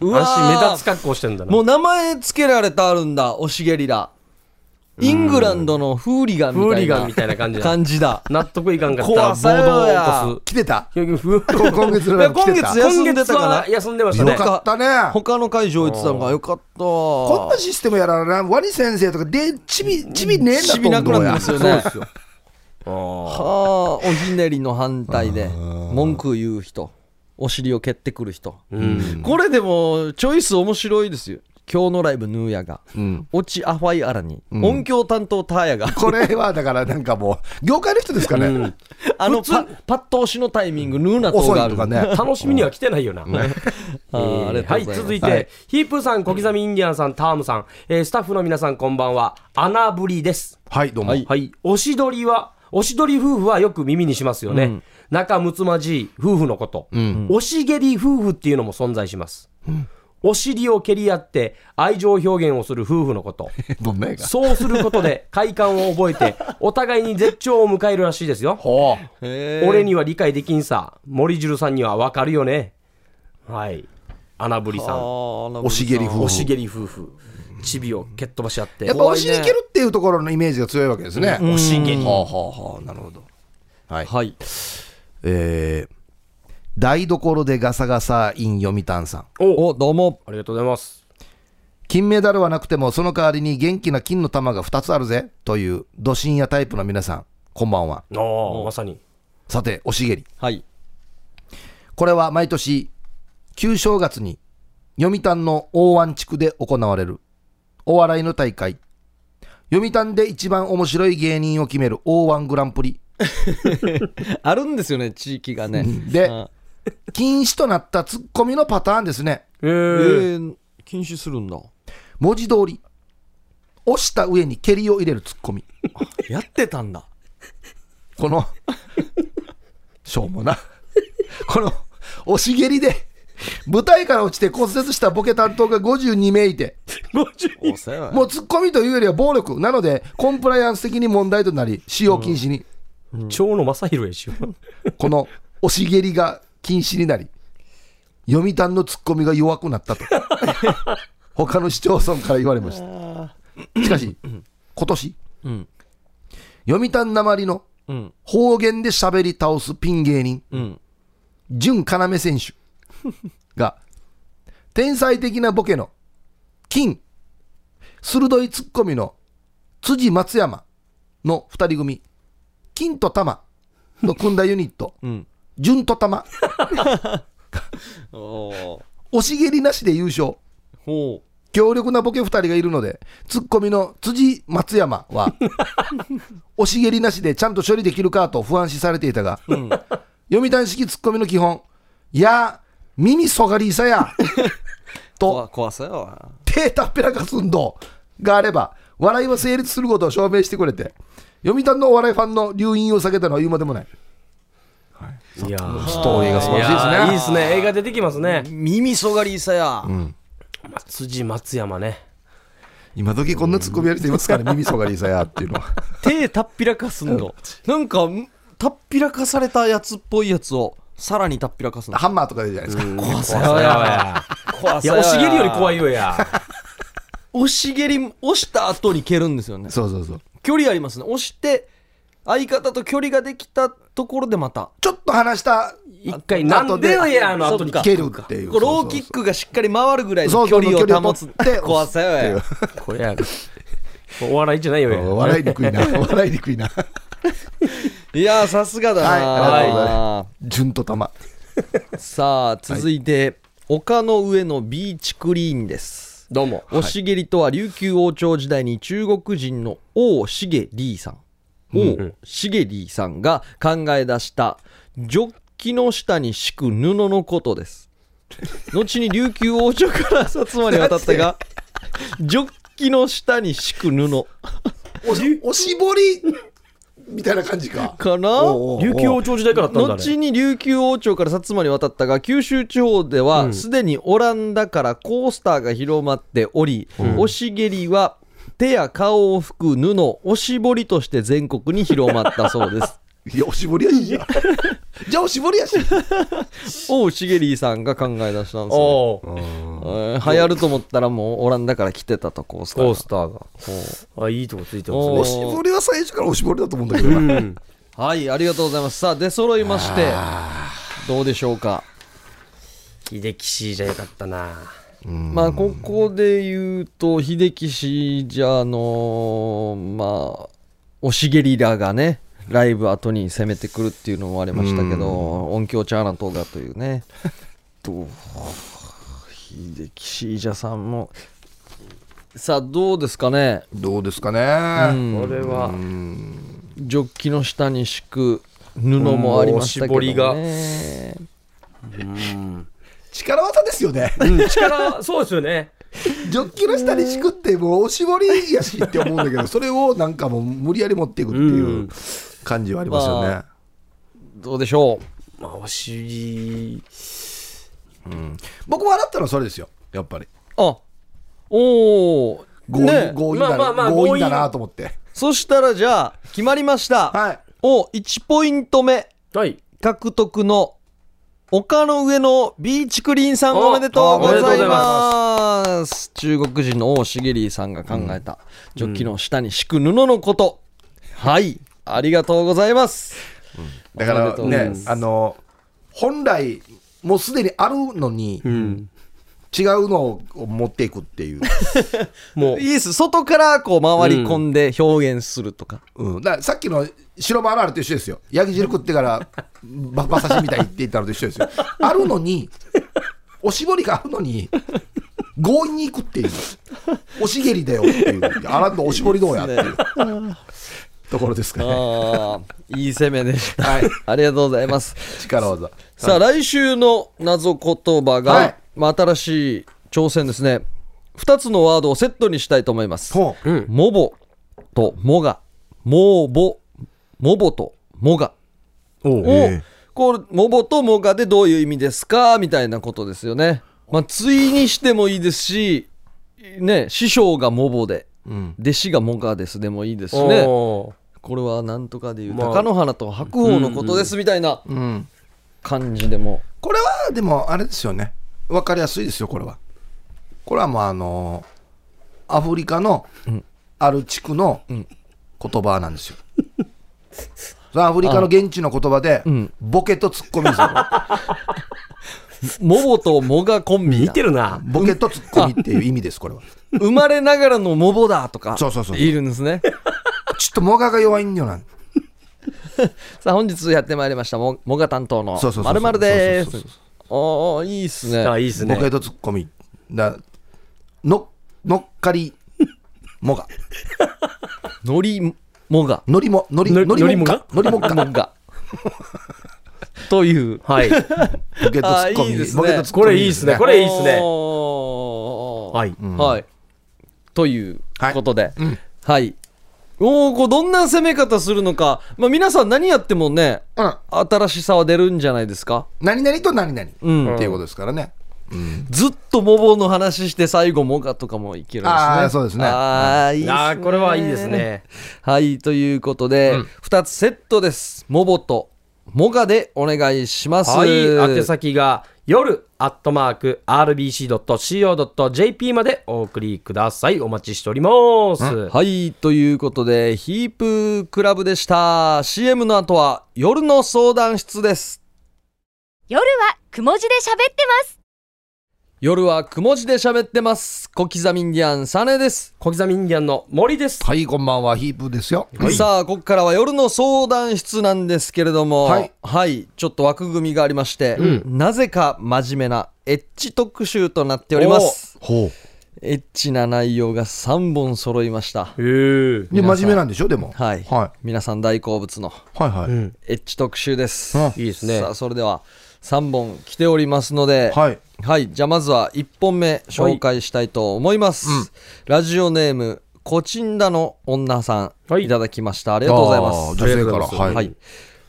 Speaker 1: うわ
Speaker 2: 足
Speaker 1: ー
Speaker 2: 目立つ格好してんだな。
Speaker 1: もう名前つけられてあるんだ押し蹴りだイングランドのフーリガンみ
Speaker 2: フー
Speaker 1: たい
Speaker 2: リ
Speaker 1: な
Speaker 2: ガンみたいな感じだ
Speaker 1: 感じだ
Speaker 2: 納得いかんかったら
Speaker 1: 怖さよや
Speaker 2: 暴動を起こ
Speaker 3: 来てた
Speaker 2: すいやいやフー。
Speaker 3: こ今月のライブ来て
Speaker 1: いや今
Speaker 3: た
Speaker 1: 月。休ん
Speaker 2: 今
Speaker 1: で
Speaker 2: 月
Speaker 1: たかな
Speaker 2: は休んでました
Speaker 3: よ
Speaker 2: ね。
Speaker 3: かったね。
Speaker 1: 他の会場行ってたのがよかった
Speaker 3: こ
Speaker 1: こ
Speaker 3: んなシステムやらな、ワニ先生とか、で、ちび、ちびねえんだと
Speaker 1: ちびなくな
Speaker 3: 思
Speaker 1: っ
Speaker 3: う
Speaker 1: て
Speaker 3: や
Speaker 1: ますよね はあおひねりの反対で文句言う人お尻を蹴ってくる人、
Speaker 2: うん
Speaker 1: これでもチョイス面白いですよ今日のライブヌーヤが、オチアファイアラに、音響担当ターヤが
Speaker 3: これはだからなんかもう、業界の人ですかね。
Speaker 1: あのパパッと押しのタイミングヌーナと
Speaker 3: 遅
Speaker 1: があ
Speaker 3: い
Speaker 1: る
Speaker 3: とかね。
Speaker 2: 楽しみには来てないよな。
Speaker 1: あーありがと
Speaker 2: は
Speaker 1: うござい
Speaker 2: い、
Speaker 1: ます
Speaker 2: 続いて、ヒープーさん、小刻みインディアンさん、タームさん、えースタッフの皆さん、こんばんは。穴ぶりです。
Speaker 3: はい、どうも。
Speaker 2: はい、おしどりは、おしどり夫婦はよく耳にしますよね。仲睦まじい夫婦のこと。おしげり夫婦っていうのも存在します。お尻を蹴り合って愛情表現をする夫婦の こと。
Speaker 3: どんな映画
Speaker 2: そうすることで快感を覚えて、お互いに絶頂を迎えるらしいですよ。
Speaker 3: ほう。
Speaker 2: 俺には理解できんさ。森汁さんにはわかるよね。はい。穴ぶりさん。
Speaker 3: おしげり夫
Speaker 2: お
Speaker 3: 婦。
Speaker 2: しげり夫婦。チビを蹴っ飛ばし合って
Speaker 3: やっ。ぱお尻蹴るっていうところのイメージが強いわけですね。おしげり。ほうほうほう、なるほど。はい。
Speaker 1: はい
Speaker 3: えー、台所でガサガサイン読谷さん。
Speaker 2: お
Speaker 1: おどうも
Speaker 2: ありがとうございます。
Speaker 3: 金メダルはなくてもその代わりに元気な金の玉が2つあるぜというドシンやタイプの皆さんこんばんは
Speaker 2: ああ、まさに。
Speaker 3: さておしげり
Speaker 1: はい
Speaker 3: これは毎年旧正月に読谷の大湾地区で行われるお笑いの大会読谷で一番面白い芸人を決める大湾グランプリ
Speaker 1: あるんですよね地域がね
Speaker 3: で
Speaker 1: あ
Speaker 3: 禁止となったツッコミのパターンですね
Speaker 2: え
Speaker 1: え
Speaker 2: ー、
Speaker 1: ー、禁止するんだ
Speaker 3: 文字通り押した上に蹴りを入れるツッコミ
Speaker 1: やってたんだ
Speaker 3: この、 しょうもな。この、押し蹴りで、舞台から落ちて骨折したボケ担当が52名いて、
Speaker 1: お世話
Speaker 3: もうツッコミというよりは暴力。なので、コンプライアンス的に問題となり、使用禁止に。
Speaker 2: 蝶野正弘やしよ。
Speaker 3: この、押し蹴りが禁止になり、読谷のツッコミが弱く なったと。他の市町村から言われました。しかし、今年、
Speaker 1: うん
Speaker 3: 読谷なまりの
Speaker 1: うん
Speaker 3: 方言で喋り倒すピン芸人、
Speaker 1: うん
Speaker 3: 純要選手が、天才的なボケの、金、鋭いツッコミの、辻松山の二人組、金と玉の組んだユニット、
Speaker 1: うん
Speaker 3: 純と玉、
Speaker 1: おー
Speaker 3: 押し蹴りなしで優勝。
Speaker 1: ほ
Speaker 3: 強力なボケ二人がいるので、ツッコミの辻松山は、押し蹴りなしでちゃんと処理できるかと不安視されていたが、読谷式ツッコミの基本、いや、耳そがりさや、
Speaker 1: う
Speaker 3: と
Speaker 1: 怖怖さよ
Speaker 3: 手たっぺらかす運動があれば、笑いは成立することを証明してくれて、読谷のお笑いファンの留飲を避けたのは言うまでもない。
Speaker 2: いやー
Speaker 3: ストーリーが素晴らしいですね。
Speaker 2: いいですね。映画出てきますね。
Speaker 1: 耳そがりさや、
Speaker 2: まあ辻松山ね。
Speaker 3: 今時こんなツッコミやる人いますから、耳そがりさやっていうのは。
Speaker 1: 手たっぴらかすんのなんかんたっぴらかされたやつっぽいやつをさらにたっぴらかすの
Speaker 3: ハンマーとかでじゃないですか。
Speaker 1: 怖さ
Speaker 2: やばい
Speaker 1: よ
Speaker 2: や
Speaker 1: 怖
Speaker 2: いや、おしげりより怖
Speaker 1: い
Speaker 2: いよや。
Speaker 1: 押し蹴り押した後に蹴るんですよね
Speaker 3: そうそうそう。
Speaker 1: 距離ありますね押して相方と距離ができたところでまた
Speaker 3: ちょっと話した
Speaker 2: 一回、なんでよやの後に
Speaker 1: そっか
Speaker 3: 蹴るっていう。
Speaker 1: こうローキックがしっかり回るぐらい
Speaker 3: そ
Speaker 1: の
Speaker 3: うそ
Speaker 1: 距
Speaker 3: う
Speaker 1: 離を保つ
Speaker 3: 距離を取って
Speaker 1: 怖さよ
Speaker 2: これや。 お笑いじゃないよ
Speaker 3: そうそうそう
Speaker 2: や。
Speaker 3: 笑いにくいな。笑いにくいな。
Speaker 1: いやーさすがだな、
Speaker 3: はいありがとうござい順と玉。
Speaker 1: さあ続いて、丘の上のビーチクリーンです
Speaker 2: どうも。
Speaker 1: 押し蹴りとは琉球王朝時代に中国人の王しげりーさんをシゲリーさんが考え出したジョッキの下に敷く布のことです後に琉球王朝から薩摩に渡った がジョッキの下に敷く布
Speaker 3: おおしぼりみたいな感じか。
Speaker 1: かな
Speaker 3: おうおうおう
Speaker 2: 琉球王朝時代からあったんだね
Speaker 1: 後に琉球王朝から薩摩に渡ったが九州地方ではすでにオランダからコースターが広まっており、おしげりは手や顔を拭く布おしぼりとして全国に広まったそうです
Speaker 3: いや、おしぼりやしじゃあ。じゃあ、おしぼりやし。
Speaker 1: おしげりさんが考え出したんですよ、
Speaker 2: おー
Speaker 1: えー流行ると思ったらもうオランダから来てたとコースター
Speaker 2: コ
Speaker 1: が
Speaker 2: ースターがあいいとこついてます
Speaker 1: お
Speaker 3: お
Speaker 1: ー
Speaker 2: ね
Speaker 3: しぼりは最初からおしぼりだと思うんだけどな。
Speaker 1: はいありがとうございますさあ出揃いましてどうでしょうか
Speaker 2: 秀吉じゃよかったな
Speaker 1: まあここで言うと秀吉じゃあのまあおしげりらがねライブ後に攻めてくるっていうのもありましたけど音響チャーラントがというねどう秀吉じゃさんもさあどうですかね
Speaker 3: どうですかね。
Speaker 2: これは
Speaker 1: ジョッキの下に敷く布もありましたけど、ね、
Speaker 2: うんお
Speaker 3: 力技ですよね。
Speaker 2: うん力そうですよね
Speaker 3: ジョッキの下に敷くって、もうおしぼりやしって思うんだけど、それをなんかもう無理やり持っていくっていう感じはありますよね。
Speaker 1: まどうでしょ
Speaker 2: まあお尻
Speaker 3: 僕笑ったのはそれですよ。やっぱり。
Speaker 1: うあおお
Speaker 3: 強引、強引だな、
Speaker 2: まあまあまあ
Speaker 3: 強引だなと思って。
Speaker 1: そしたらじゃあ、決まりました。
Speaker 3: はい。
Speaker 1: を1ポイント目
Speaker 2: はい
Speaker 1: 獲得の丘の上のビーチクリーンさんおめでとうございます。中国人の王しげりさんが考えた、ジョッキの下に敷く布のこと。はい。ありがとうございます。
Speaker 3: だか
Speaker 1: おめでと
Speaker 3: ら
Speaker 1: うござい
Speaker 3: ね
Speaker 1: ま、す
Speaker 3: あの、本来、もうすでにあるのに、
Speaker 2: うん
Speaker 3: 違うのを持っていくっていう。
Speaker 2: もう
Speaker 1: いいです。外からこう回り込んで表現するとか。
Speaker 3: うん、だからさっきの白バあるあると一緒ですよ。ヤギ汁食ってからババ刺しみたいって言ったのと一緒ですよ。あるのに、おしぼりがあるのに、強引に行くっていう、おしげりだよっていう、あらんのおしぼりどうやっていうところですかね。
Speaker 1: ああ、いい攻めでした。
Speaker 3: はい、
Speaker 1: ありがとうございます。
Speaker 3: 力技。
Speaker 1: さあ、来週の謎言葉が、
Speaker 3: はい
Speaker 1: まあ、新しい挑戦ですね2つのワードをセットにしたいと思います
Speaker 3: ほう
Speaker 1: モボとモガモーボモボとモガ
Speaker 2: お
Speaker 1: を、こうモボとモガでどういう意味ですかみたいなことですよねまあ対にしてもいいですしね師匠がモボで、弟子がモガですでもいいですしね
Speaker 2: お
Speaker 1: これはなんとかでいう、
Speaker 2: まあ
Speaker 1: 貴乃花と白鵬のことですみたいな感じでも、
Speaker 3: これはでも、あれですよね。わかりやすいですよ、これは。これはもう、あのアフリカのある地区の言葉なんですよ。それはアフリカの現地の言葉で、ボケとツッコミですよ。これ
Speaker 1: モボとモガコンビ
Speaker 2: 似
Speaker 1: だ
Speaker 2: てるな
Speaker 3: ボケとツッコミっていう意味です、これは。
Speaker 1: 生まれながらのモボだとか
Speaker 3: そうそうそう
Speaker 1: いるんです ね
Speaker 3: ちょっとモガが弱いんよな。
Speaker 1: さあ本日やってまいりましたモモガ担当の
Speaker 3: そうそうそうそう
Speaker 1: まるまるでー
Speaker 3: そ
Speaker 1: す
Speaker 3: うそうそう
Speaker 1: ああいいっすね
Speaker 2: あいいですね
Speaker 3: ボケとツッコミ。だの乗っかり、モガ。
Speaker 1: ノリモガ
Speaker 3: 乗りも、乗り、
Speaker 2: の
Speaker 3: 乗り
Speaker 2: の
Speaker 3: も
Speaker 2: りも
Speaker 3: か。乗りもか。
Speaker 1: モ ガという
Speaker 2: はい
Speaker 3: ボケとツッコ
Speaker 1: あいい
Speaker 3: ミ
Speaker 1: で。すね
Speaker 3: ボケとツッコミ。
Speaker 2: これいいですねこれいいですね
Speaker 1: は
Speaker 2: はい
Speaker 1: はいということで
Speaker 3: ん
Speaker 1: はいおおこうどんな攻め方するのかまあ皆さん何やってもね
Speaker 3: うん。
Speaker 1: 新しさは出るんじゃないですか
Speaker 3: 何々と何々。
Speaker 1: うん
Speaker 3: っていうことですからね。
Speaker 1: ずっとモボの話して最後モガとかもいけるんですね。
Speaker 3: あーそうですね
Speaker 1: あーいいっすね
Speaker 2: あーこれはいいです。ね
Speaker 1: はい、ということで、2つセットです。モボとモガでお願いします。
Speaker 2: はい、宛先が夜アットマーク RBC.CO.JP までお送りください。お待ちしております。
Speaker 1: はい、ということで、ヒープークラブでした。CM の後は夜の相談室です。
Speaker 4: 夜はくも字で喋ってます。
Speaker 1: 夜はくも字で喋ってます。小刻みインディアンサネです。
Speaker 2: 小刻みインディアンの森です。
Speaker 3: はい、こんばんは、ヒープですよ。
Speaker 1: さあここからは夜の相談室なんですけれどもは
Speaker 3: はいい、
Speaker 1: ちょっと枠組みがありまして、なぜか真面目なエッチ特集となっております
Speaker 3: ほう。
Speaker 1: エッチな内容が3本揃いました
Speaker 2: えー、
Speaker 3: で
Speaker 1: 皆さん
Speaker 3: 真面目なんでしょでも
Speaker 1: はい、
Speaker 3: は
Speaker 1: 皆さん大好物の
Speaker 3: いはいは
Speaker 2: う
Speaker 3: い、
Speaker 2: ん、
Speaker 1: エッチ特集です、
Speaker 3: うん
Speaker 2: いいですね
Speaker 1: さあそれでは3本来ておりますので
Speaker 3: はい
Speaker 1: はい、じゃあまずは1本目紹介したいと思います、ラジオネームコチンダの女さん、
Speaker 2: はい
Speaker 1: い、ただきましたあ
Speaker 3: あ
Speaker 1: りがとうございます
Speaker 3: ー女性から
Speaker 2: ありがとうございます
Speaker 3: はい、
Speaker 1: はい、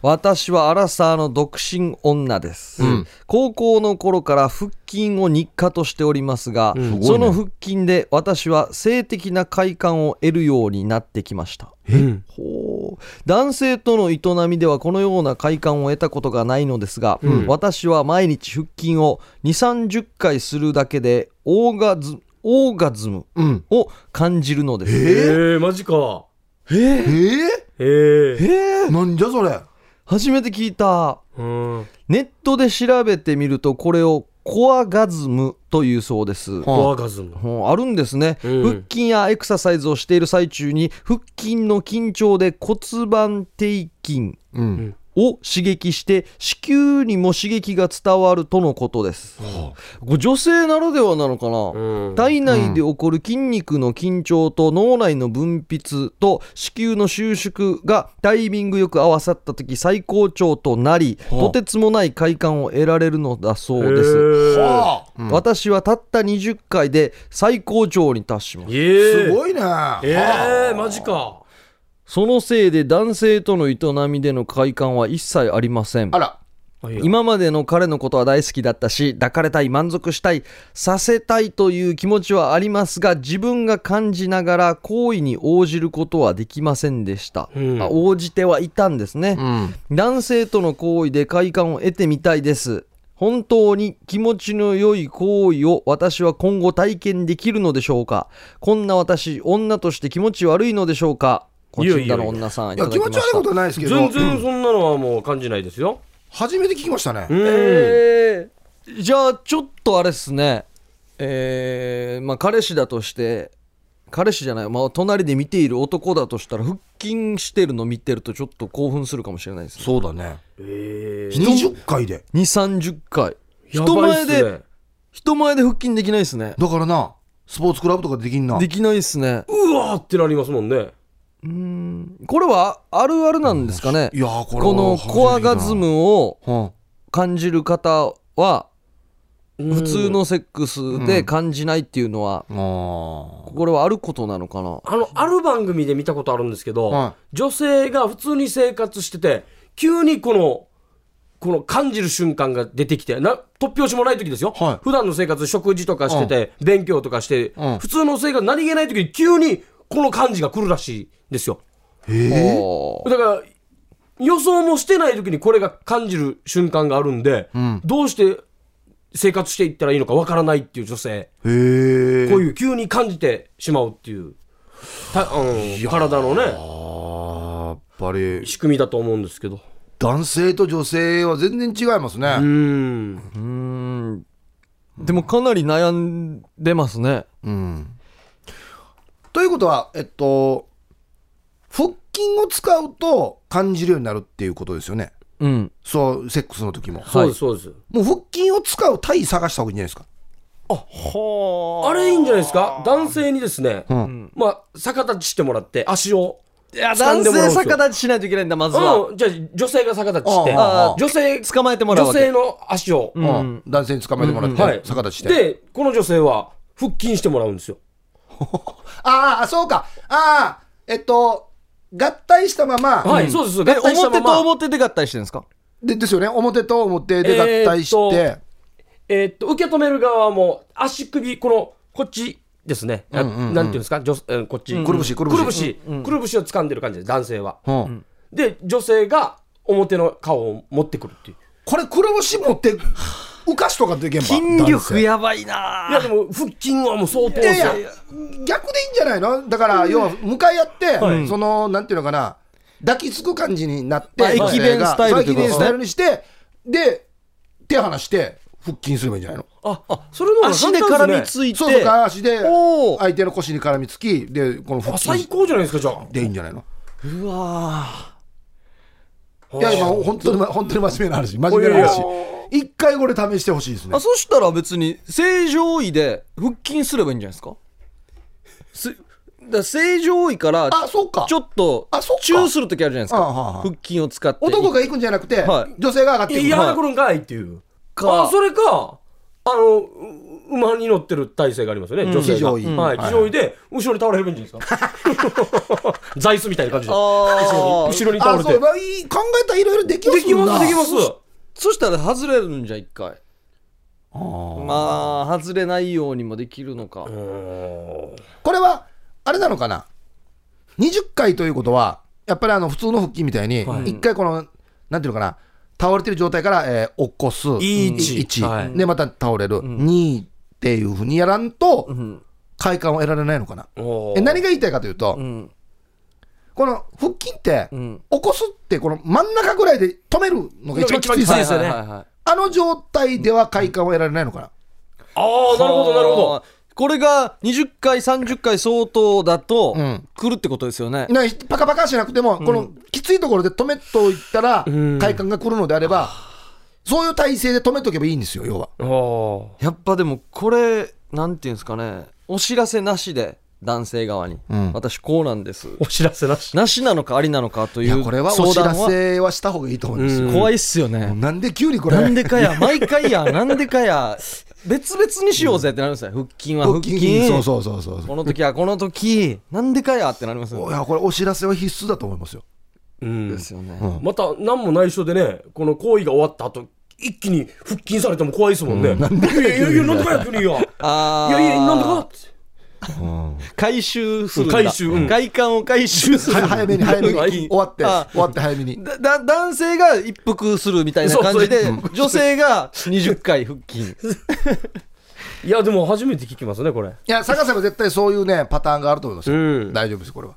Speaker 1: 私はアラサーの独身女です、
Speaker 3: ん
Speaker 1: 高校の頃から腹筋を日課としておりますが、
Speaker 2: うんすごい
Speaker 3: ね
Speaker 1: その腹筋で私は性的な快感を得るようになってきました
Speaker 2: うん
Speaker 1: ほう男性との営みではこのような快感を得たことがないのですが、
Speaker 2: うん
Speaker 1: 私は毎日腹筋を2 3 0回するだけでオーガズオーガズム
Speaker 3: うん
Speaker 1: を感じるのです、
Speaker 2: えー、マジか
Speaker 3: えー、
Speaker 2: えー、
Speaker 1: えー
Speaker 3: なんじゃそれ
Speaker 1: 初めて聞いた
Speaker 2: うん
Speaker 1: ネットで調べてみるとこれをコアガズムというそうです、
Speaker 2: コアガズム
Speaker 1: ほうあるんですね、
Speaker 2: うん
Speaker 1: 腹筋やエクササイズをしている最中に腹筋の緊張で骨盤底筋
Speaker 3: うん
Speaker 1: を刺激して子宮にも刺激が伝わるとのことです、これ女性ならではなのかな、
Speaker 2: うん
Speaker 1: 体内で起こる筋肉の緊張と脳内の分泌と子宮の収縮がタイミングよく合わさった時最高潮となり
Speaker 3: はあ
Speaker 1: とてつもない快感を得られるのだそ
Speaker 2: え
Speaker 1: うです、
Speaker 2: ー
Speaker 3: はあ、うん
Speaker 1: 私はたった20回で最高潮に達します
Speaker 2: えー、
Speaker 3: す
Speaker 2: い
Speaker 3: ごいね、
Speaker 2: え
Speaker 3: はあ
Speaker 2: ー、マジか
Speaker 1: そのせいで男性との営みでの快感は一切ありません
Speaker 3: あら
Speaker 1: 今までの彼のことは大好きだったし抱かれたい満足したいさせたいという気持ちはありますが自分が感じながら行為に応じることはできませんでした、
Speaker 2: うん
Speaker 1: あ応じてはいたんですね、
Speaker 3: ん
Speaker 1: 男性との行為で快感を得てみたいです本当に気持ちの良い行為を私は今後体験できるのでしょうかこんな私女として気持ち悪いのでしょうかこ
Speaker 2: いやいや
Speaker 1: ち
Speaker 2: い
Speaker 1: ら
Speaker 2: や
Speaker 1: の女さんい
Speaker 3: い
Speaker 1: た
Speaker 3: や
Speaker 1: だき
Speaker 3: 気
Speaker 1: ま
Speaker 3: 持
Speaker 1: した
Speaker 3: ち悪いことはないですけど
Speaker 2: 全然そんなのはもう感じないですよ、
Speaker 3: 初めて聞きましたね、
Speaker 2: うん
Speaker 1: えーじゃあちょっとあれっすねえーまあ彼氏だとして彼氏じゃない、まあ、隣で見ている男だとしたら腹筋してるの見てるとちょっと興奮するかもしれないです
Speaker 3: そうだね
Speaker 2: え
Speaker 3: 20回で
Speaker 1: 2 3 0回
Speaker 2: ー、
Speaker 1: 人前
Speaker 2: やばいっ
Speaker 1: です
Speaker 2: ね
Speaker 1: 人前で腹筋できないですね
Speaker 3: だからなスポーツクラブとかできんな
Speaker 1: できないですね
Speaker 2: うわーってなりますもんね
Speaker 1: うんこれはあるあるなんですかね
Speaker 3: いやーこれ
Speaker 1: このコアガズムを
Speaker 3: は
Speaker 1: 感じる方は普
Speaker 2: 普
Speaker 1: 通のセックスで感じないっていうのは
Speaker 3: ああ
Speaker 1: これはあることなのかな
Speaker 2: あの、ある番組で見たことあるんですけど、
Speaker 3: は
Speaker 2: 女性が普通に生活してて、急にこの、この感じる瞬間が出てきて、な突拍子もない時ですよ、
Speaker 3: はい
Speaker 2: 普段の生活、食事とかしてて、勉強とかして、
Speaker 3: うん
Speaker 2: 普通の生活、何気ない時に急にこの感じが来るらしいですよ。
Speaker 3: え
Speaker 1: おー
Speaker 2: だから、予想もしてない時にこれが感じる瞬間があるんで、どうして生活していったらいいのかわからないっていう女性。
Speaker 3: えへえ
Speaker 2: こういう急に感じてしまうっていう、たうん、体のね、
Speaker 3: あーやっぱり
Speaker 2: 仕組みだと思うんですけど。
Speaker 3: 男性と女性は全然違いますね、
Speaker 2: うん。
Speaker 1: でもかなり悩んでますね
Speaker 3: ということはえっと腹筋を使うと感じるようになるっていうことですよね
Speaker 1: うん
Speaker 3: そうセックスの時も
Speaker 2: そうです、そうです。
Speaker 3: もう腹筋を使う体位探した方がいいんじゃないですか
Speaker 2: あれいいんじゃないですか男性にですね、
Speaker 3: ん
Speaker 2: まあ、逆立ちしてもらって、足を。
Speaker 1: いや
Speaker 2: 掴ん
Speaker 1: 男
Speaker 2: でもらうん
Speaker 1: 性
Speaker 2: ですよ
Speaker 1: 逆立ちしないといけないんだまずは、
Speaker 2: うん、じゃあ、女性が逆立ちして、
Speaker 3: ああああ
Speaker 2: 女性、
Speaker 1: 捕まえてもらうわ
Speaker 2: 女
Speaker 1: け
Speaker 2: 性の足を。
Speaker 3: うん男性に捕まえてもらって、
Speaker 2: はい。
Speaker 3: 逆立ちして
Speaker 2: で、この女性は、腹筋してもらうんですよ。
Speaker 3: ああそうかああえっと合体したまま、
Speaker 2: はい、そうです。合
Speaker 1: え
Speaker 2: 体した
Speaker 1: 表
Speaker 2: ま
Speaker 1: と
Speaker 2: ま
Speaker 1: 表で合体してるんですか
Speaker 3: でですよね表と表で
Speaker 2: えーっ
Speaker 3: 合
Speaker 2: と
Speaker 3: 体して、
Speaker 2: えーっと、受け止める側も、足首、この、こっちですね。あなんていうんですか、女えーこっち。
Speaker 3: くるぶしくるぶ
Speaker 2: く
Speaker 3: し
Speaker 2: るぶし、くるぶしを掴んでる感じです、男性は。
Speaker 3: うん
Speaker 2: で、女性が表の顔を持ってくるっていう。
Speaker 3: これくるぶし持って浮かしとかできんば
Speaker 1: 筋力
Speaker 3: や
Speaker 1: やばい
Speaker 2: いや、
Speaker 1: な
Speaker 2: でも、腹筋はもう相当
Speaker 3: い
Speaker 2: で
Speaker 3: やい
Speaker 2: すよ
Speaker 3: や。逆でいいんじゃないのだから要は向かい合って、そのなんていうのかな抱きつく感じになって、
Speaker 1: まあ駅弁スタイルってことです
Speaker 3: 駅弁
Speaker 1: ね
Speaker 3: スタイルにしてで手離して腹筋すればいいんじゃないの
Speaker 2: あ、あ、それの方が
Speaker 1: 足
Speaker 2: 簡
Speaker 1: で
Speaker 2: 単
Speaker 1: 絡
Speaker 2: で
Speaker 1: み
Speaker 2: すね
Speaker 1: ついて
Speaker 3: そうそうか足で
Speaker 1: おー
Speaker 3: 相手の腰に絡みつきでこの腹
Speaker 2: あ、最
Speaker 3: 筋
Speaker 2: 高じゃないですか、じゃあ。
Speaker 3: でいいんじゃないの
Speaker 1: うわ
Speaker 3: いや今本当に本当に真面目な話真面目な話一回これ試してほしいですね
Speaker 1: あそしたら別に正常位で腹筋すればいいんじゃないですかすだ正常位から
Speaker 3: あそうか
Speaker 1: ちょっと
Speaker 3: あそっか
Speaker 1: チューする時あるじゃないですか
Speaker 3: あはあはあ
Speaker 1: 腹筋を使って
Speaker 3: 男が行くんじゃなくて、
Speaker 1: はい
Speaker 3: 女性が上がっていく
Speaker 2: いや、来るんかいっていう。
Speaker 1: か
Speaker 2: あ、それか、あの、う馬に乗ってる体勢がありますよね、女性が。
Speaker 3: 騎乗位
Speaker 2: はい、
Speaker 3: はい
Speaker 2: 騎乗位で、後ろに倒れるんじゃ ないですか。座椅子みたいな感じで。
Speaker 1: あー
Speaker 2: 後ろに
Speaker 3: あ
Speaker 2: 倒れ
Speaker 3: そう
Speaker 2: て。
Speaker 3: まあいい考えたらいろいろできます
Speaker 2: でき
Speaker 3: もんな
Speaker 2: ます、できます。
Speaker 1: そしたら外れるんじゃ一回まあ外れないようにもできるのか、
Speaker 3: これはあれなのかな20回ということはやっぱりあの普通の腹筋みたいに
Speaker 2: はい
Speaker 3: 1回この、なんていうのかな倒れてる状態から、えー起こす
Speaker 2: いい位置
Speaker 3: 1、
Speaker 2: はい
Speaker 3: でまた倒れる、2っていうふうにやらんと
Speaker 1: ん
Speaker 3: 快感を得られないのかな、
Speaker 2: おー
Speaker 3: え何が言いたいかというと、
Speaker 1: うん
Speaker 3: この腹筋って、
Speaker 1: ん
Speaker 3: 起こすってこの真ん中ぐらいで止めるのが一番きついです
Speaker 2: そう
Speaker 3: よ
Speaker 2: ですよね
Speaker 1: はいはいはい
Speaker 3: あの状態では快感を得られないのかな、
Speaker 2: あー、なるほど、なるほ
Speaker 1: あー
Speaker 2: ど。
Speaker 1: これが20回30回相当だと
Speaker 3: うん
Speaker 1: 来るってことですよね、
Speaker 3: なパカパカしなくても、このきついところで止めといたら、
Speaker 2: ん
Speaker 3: 快感が来るのであれば、そういう体勢で止めとけばいいんですよ、要は。
Speaker 2: お
Speaker 1: やっぱでもこれなんていうんですかねお知らせなしで男性側に、
Speaker 3: ん
Speaker 1: 私こうなんです
Speaker 2: ーお知らせなし。
Speaker 1: なしなのかありなのかと
Speaker 3: い
Speaker 1: い
Speaker 3: や、
Speaker 1: う
Speaker 3: これはお
Speaker 1: 相
Speaker 3: 知ら
Speaker 1: 談は
Speaker 3: せはした方がいいと思うんですよ。
Speaker 1: 怖いっすよね、
Speaker 3: なんで急にこれ、
Speaker 1: なんでかや、毎回や、なんでかや、別々にしようぜってなるんですよ。腹筋は腹
Speaker 3: 腹
Speaker 1: 筋。
Speaker 3: 筋そうそうそうそうそ
Speaker 1: この時はこの時、なんでかやってなります
Speaker 3: う。
Speaker 1: よ
Speaker 3: い。や、これ、お知らせは必須だと思いますよ。
Speaker 2: うん
Speaker 1: ですよね。
Speaker 2: また何も内緒でねこの行為が終わった後一気に腹筋されても怖いですもんね、なんでいやいやいやなんでかや急によ
Speaker 1: あ
Speaker 2: い
Speaker 1: ー
Speaker 2: やいやなんでかって
Speaker 1: 回収するんだ。
Speaker 2: 回収うん
Speaker 1: 快感を回収する。
Speaker 3: 早めに早めに、
Speaker 1: 腹
Speaker 3: 終
Speaker 1: 筋
Speaker 3: わって、
Speaker 1: あ
Speaker 3: 終わって早めに。
Speaker 1: だだ男性が一服するみたいな感じで
Speaker 2: そう
Speaker 1: 女性が20回腹筋
Speaker 2: いやでも初めて聞きますねこれ
Speaker 3: いや、探せば絶対そういうね、パターンがあると思います
Speaker 2: う
Speaker 3: よ。
Speaker 2: ん
Speaker 3: 大丈夫です、これは。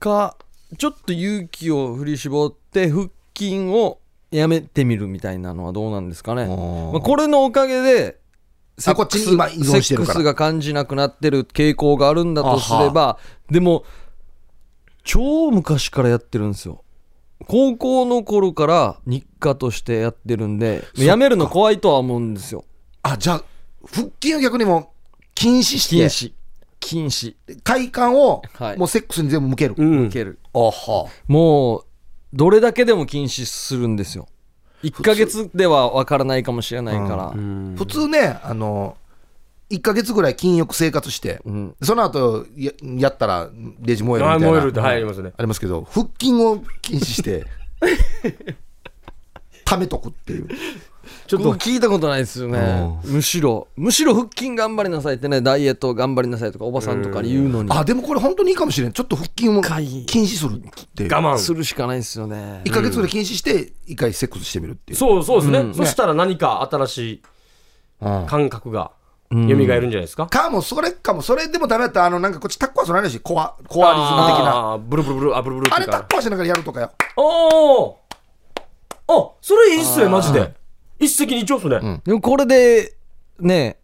Speaker 1: かちょっと勇気を振り絞って腹筋をやめてみるみたいなのはどうなんですかね、
Speaker 3: ー
Speaker 1: まあ、これのおかげでセッ
Speaker 3: こっち
Speaker 1: ク
Speaker 3: に
Speaker 1: ス
Speaker 3: 今依存してるか
Speaker 1: セ
Speaker 3: ら
Speaker 1: ックスが感じなくなってる傾向があるんだとすればでも超昔からやってるんですよ高校の頃から日課としてやってるんでやめるの怖いとは思うんですよ
Speaker 3: あ、じゃあ、腹筋を逆にもう禁止し
Speaker 1: 禁
Speaker 3: て、
Speaker 1: 止禁止
Speaker 3: 快感を
Speaker 1: はい
Speaker 3: もうセックスに全部向ける。
Speaker 2: うん
Speaker 1: いける
Speaker 3: あは。
Speaker 1: もうどれだけでも禁止するんですよ1ヶ月では分からないかもしれないから、
Speaker 3: 普通ね、あの、1ヶ月ぐらい禁欲生活して、
Speaker 1: ん
Speaker 3: その後ややったらレジ燃えるみた
Speaker 2: あ
Speaker 3: いな。
Speaker 2: 燃えるって入りますね
Speaker 3: ありますけど、腹筋を禁止 して、ためとくっていう。
Speaker 1: ちょっと聞いたことないですよね、むしろむしろ腹筋頑張りなさいってねダイエット頑張りなさいとかおばさんとかに言うのに
Speaker 3: あ、でもこれ本当にいいかもしれん。ちょっと腹筋を
Speaker 1: かい
Speaker 3: 禁止するっていう。
Speaker 2: 我慢
Speaker 1: するしかないですよね
Speaker 3: 1ヶ月ぐらい禁止して、1回セックスしてみるっていう。
Speaker 2: そうそうですね、そしたら何か新しい
Speaker 3: うん
Speaker 2: 感覚が蘇るんじゃないですか、
Speaker 3: かも、それかも、それでもダメだったら、あの、なんかこっちタッコはそらないし、コア、コアリズム的な。
Speaker 2: あーブルブルブルあブルブルっ
Speaker 3: あ
Speaker 2: てい
Speaker 3: れ
Speaker 2: う
Speaker 3: タッ
Speaker 2: か
Speaker 3: コはしながらやるとかよ。
Speaker 2: おーあそれいいっすねマジで一石二鳥っすね、
Speaker 1: でもこれでね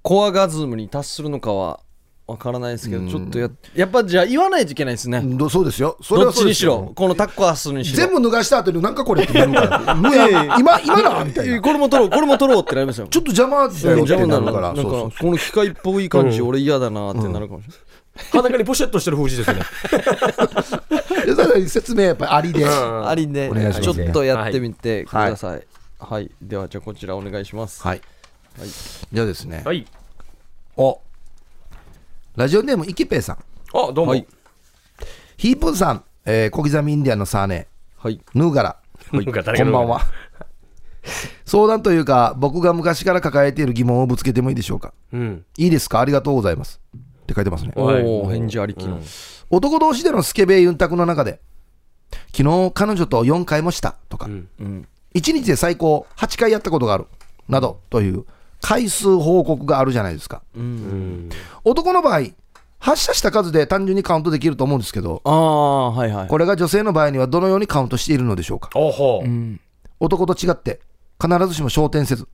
Speaker 1: コアガズムに達するのかは分からないですけどちょっとややっぱじゃあ言わないといけないですね、
Speaker 3: どそうですよ。それ
Speaker 1: ど
Speaker 3: は
Speaker 1: っ
Speaker 3: そ
Speaker 1: ち
Speaker 3: うで
Speaker 1: に
Speaker 3: す
Speaker 1: し
Speaker 3: よ
Speaker 1: ろこのタッコアスにしろ
Speaker 3: 全部脱がした後になんかこれってなる から。もう
Speaker 1: いやい
Speaker 3: や
Speaker 1: や
Speaker 3: 今、今なみ たいな。
Speaker 1: これも取ろうこれも取ろうってなりますよ
Speaker 3: ちょっと邪魔だよって
Speaker 1: 邪魔にな
Speaker 3: なる
Speaker 1: るか
Speaker 3: か。
Speaker 1: ららな
Speaker 3: そ
Speaker 1: ん
Speaker 3: う
Speaker 1: か
Speaker 3: そう
Speaker 1: この機械っぽい感じ、
Speaker 2: うん
Speaker 1: 俺嫌だなってなるかもしれない、
Speaker 2: 裸にポシェットしてる風刺ですね
Speaker 3: でさらに説明やっぱりありで。
Speaker 2: うん
Speaker 1: ありで
Speaker 3: お願いします
Speaker 1: ちょっとやってみてください、はいではじゃあこちらお願いします、
Speaker 3: はい。じゃあですね。
Speaker 2: はい
Speaker 3: お。ラジオネーム、イキペイさん。
Speaker 2: あどうも、
Speaker 1: はい
Speaker 3: ヒープンさん、えー小刻みインディアンのサーネ、
Speaker 1: はい、
Speaker 3: ヌーガラ。
Speaker 2: なんか誰
Speaker 3: こ
Speaker 2: が
Speaker 3: んばんは。 相談というか、僕が昔から抱えている疑問をぶつけてもいいでしょうか。
Speaker 2: うん
Speaker 3: いいですかありがとうございます。って書いてますね。
Speaker 1: お
Speaker 2: はい
Speaker 1: お返事ありきの、
Speaker 3: 男同士でのスケベユンタクの中で、昨日彼女と4回もしたとか、1日で最高8回やったことがあるなどという回数報告があるじゃないですか。男の場合、発射した数で単純にカウントできると思うんですけど、
Speaker 1: ああはいはい
Speaker 3: これが女性の場合にはどのようにカウントしているのでしょうか。
Speaker 2: おほう、
Speaker 3: 男と違って、必ずしも昇天せず、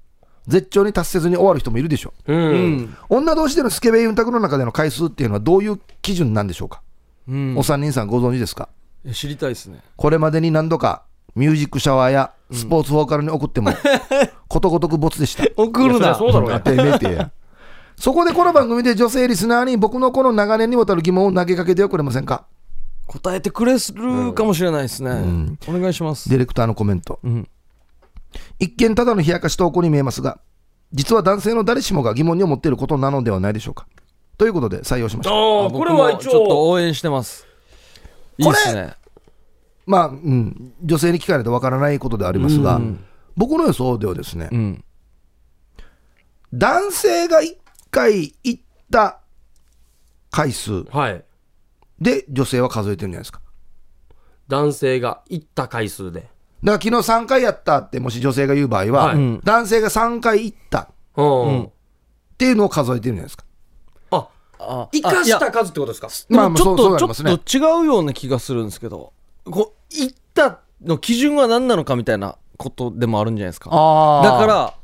Speaker 3: 絶頂に達せずに終わる人もいるでしょう。
Speaker 2: うん
Speaker 3: 女同士でのスケベユンタクの中での回数っていうのはどういう基準なんでしょうか、
Speaker 1: うん
Speaker 3: お三人さんご存知ですか
Speaker 1: え知りたいですね
Speaker 3: これまでに何度かミュージックシャワーやスポーツフォーカルに送っても、ことごとくボツでした。
Speaker 1: 送る
Speaker 2: いや
Speaker 1: な
Speaker 2: そりゃそうだろう
Speaker 3: あ
Speaker 2: よ
Speaker 3: てめえてや。そこでこの番組で女性リスナーに僕のこの長年にわたる疑問を投げかけてはくれませんか
Speaker 1: 答えてくれるかもしれないですね、お願いします
Speaker 3: ディレクターのコメント。
Speaker 1: ん
Speaker 3: 一見ただの冷やかし投稿に見えますが、実は男性の誰しもが疑問に思っていることなのではないでしょうか。ということで採用しまし
Speaker 2: あ
Speaker 3: た。
Speaker 2: あこれは
Speaker 1: 僕
Speaker 2: 一
Speaker 1: もちょっと
Speaker 2: 応
Speaker 1: 応援してますいいっすね
Speaker 3: まあ、うん、女性に聞かれてわからないことではありますが、僕の予想ではですね、
Speaker 1: うん
Speaker 3: 男性が1回行った回数
Speaker 2: はい
Speaker 3: で女性は数えてるんじゃないですか。
Speaker 2: 男性が行った回数で
Speaker 3: だから昨日3回やったって、もし女性が言う場合は、
Speaker 2: はい
Speaker 1: うん
Speaker 3: 男性が3回行ったっ
Speaker 2: うん、
Speaker 3: ていうのを数えてるんじゃないですか。
Speaker 2: あ
Speaker 1: あ
Speaker 2: 生かした数ってことですか
Speaker 1: で
Speaker 3: まあ
Speaker 1: も
Speaker 3: まあ
Speaker 1: ちょっ
Speaker 3: そうそう
Speaker 1: と、
Speaker 3: なります
Speaker 1: ち
Speaker 3: ね
Speaker 1: ょっと違うような気がするんですけどこう行ったの基準は何なのかみたいなことでもあるんじゃないですか
Speaker 3: あ
Speaker 1: だから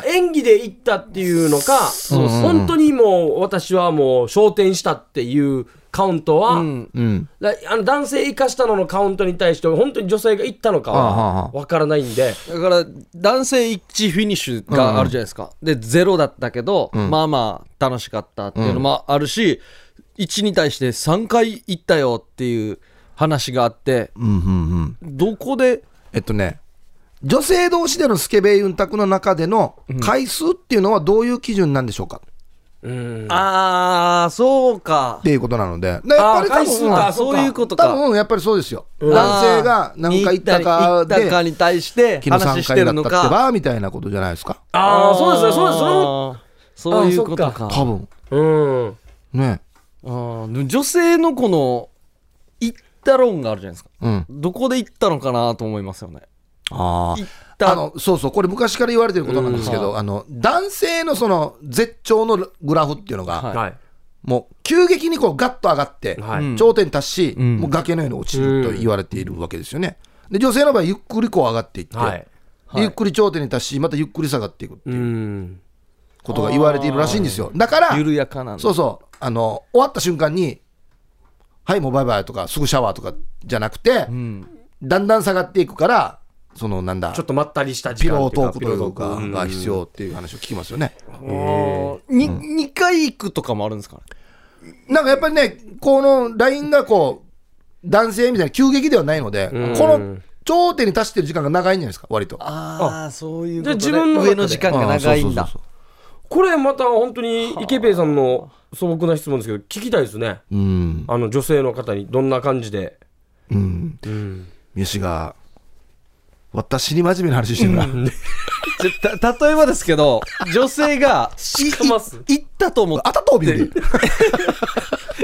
Speaker 2: だ演技で行ったっていうのか、
Speaker 1: う
Speaker 2: 本当にもう私はもう昇天したっていうカウントは、
Speaker 1: うん
Speaker 3: うん、
Speaker 2: だあの男性生かしたののカウントに対して本当に女性が行ったのか
Speaker 3: あああ
Speaker 2: は
Speaker 3: あ
Speaker 2: 分からないんで、
Speaker 1: だから男性一致フィニッシュがあるじゃないですか、でゼロだったけど、まあまあ楽しかったっていうのもあるし、1に対して3回行ったよっていう話があって
Speaker 3: うん、うん、うん。
Speaker 1: どこで
Speaker 3: えっとね、女性同士でのスケベうんたくの中での回数っていうのはどういう基準なんでしょうか、
Speaker 2: うん、
Speaker 1: ああそうか
Speaker 3: っていうことなので、でやっぱり多
Speaker 2: 回数か
Speaker 3: 分
Speaker 1: あそういうこと
Speaker 3: 多
Speaker 1: か
Speaker 3: 分やっぱりそうですよ、
Speaker 2: ん
Speaker 3: 男性が何回行ったか
Speaker 1: に行
Speaker 3: で、
Speaker 1: った
Speaker 3: 昨
Speaker 1: かに対して
Speaker 3: 日
Speaker 1: 話
Speaker 3: 3
Speaker 1: して
Speaker 3: 回だ
Speaker 1: る
Speaker 3: っ
Speaker 1: の
Speaker 3: たっ
Speaker 1: か
Speaker 3: てばみたいなことじゃないですか、
Speaker 2: ああそうですねそうですその
Speaker 1: そそういうこと
Speaker 2: あ
Speaker 1: か
Speaker 3: 多分
Speaker 2: うん
Speaker 3: ね、
Speaker 1: あーでも女性のこの行った論があるじゃないですか
Speaker 3: うん、
Speaker 1: どこで行ったのかなと思いますよね
Speaker 3: あ
Speaker 1: 行った
Speaker 3: あのそうそう、これ、昔から言われてることなんですけど、あの男性のその絶頂のグラフっていうのが、
Speaker 1: はい
Speaker 2: はい
Speaker 3: もう急激にこうガッと上がって、
Speaker 2: はい
Speaker 1: うん
Speaker 3: 頂点に達し、
Speaker 1: うん
Speaker 3: もう崖のように落ちると言われているわけですよね。で女性の場合、ゆっくりこう上がっていって、
Speaker 2: はい
Speaker 3: でゆっくり頂点に達し、またゆっくり下がっていく
Speaker 2: うん
Speaker 3: ことが言われているらしいんですよ。だから、
Speaker 1: 緩やかなんだ
Speaker 3: そうそうあの、終わった瞬間に、はい、もうバイバイとか、すぐシャワーとかじゃなくて、
Speaker 1: うん
Speaker 3: だんだん下がっていくから、そのなんだ、
Speaker 2: ちょっとまったりした時
Speaker 3: ピ
Speaker 2: 間
Speaker 3: ロ
Speaker 2: っ
Speaker 3: ー
Speaker 2: てい
Speaker 3: ト
Speaker 2: う
Speaker 3: ークというか、が必要っていう話を聞きますよね。
Speaker 1: あーに2回行くとかもあるんですかね
Speaker 3: なんかやっぱりね、このラインがこう、男性みたいな急激ではないので、
Speaker 2: ん
Speaker 3: この頂点に達してる時間が長いんじゃないですか、割と。
Speaker 1: ああそういう
Speaker 2: こ
Speaker 1: ことと
Speaker 2: ね
Speaker 1: で自分の
Speaker 2: 上
Speaker 1: 上
Speaker 2: の
Speaker 1: の
Speaker 2: 時
Speaker 1: 時
Speaker 2: 間
Speaker 1: 間
Speaker 3: あ
Speaker 1: が
Speaker 3: あそう
Speaker 1: 長い
Speaker 3: そうんそう
Speaker 1: だ
Speaker 3: そう
Speaker 2: これまた本当に池平さんの素朴な質問ですけど聞きたいですね
Speaker 3: うん。
Speaker 2: あの女性の方にどんな感じで
Speaker 3: うん。
Speaker 2: うん
Speaker 3: ミシが、私に真面目な話してるな。
Speaker 1: じゃた例えばですけど女性 がいい
Speaker 2: かます
Speaker 1: 行ったと思っ
Speaker 3: あたとびで。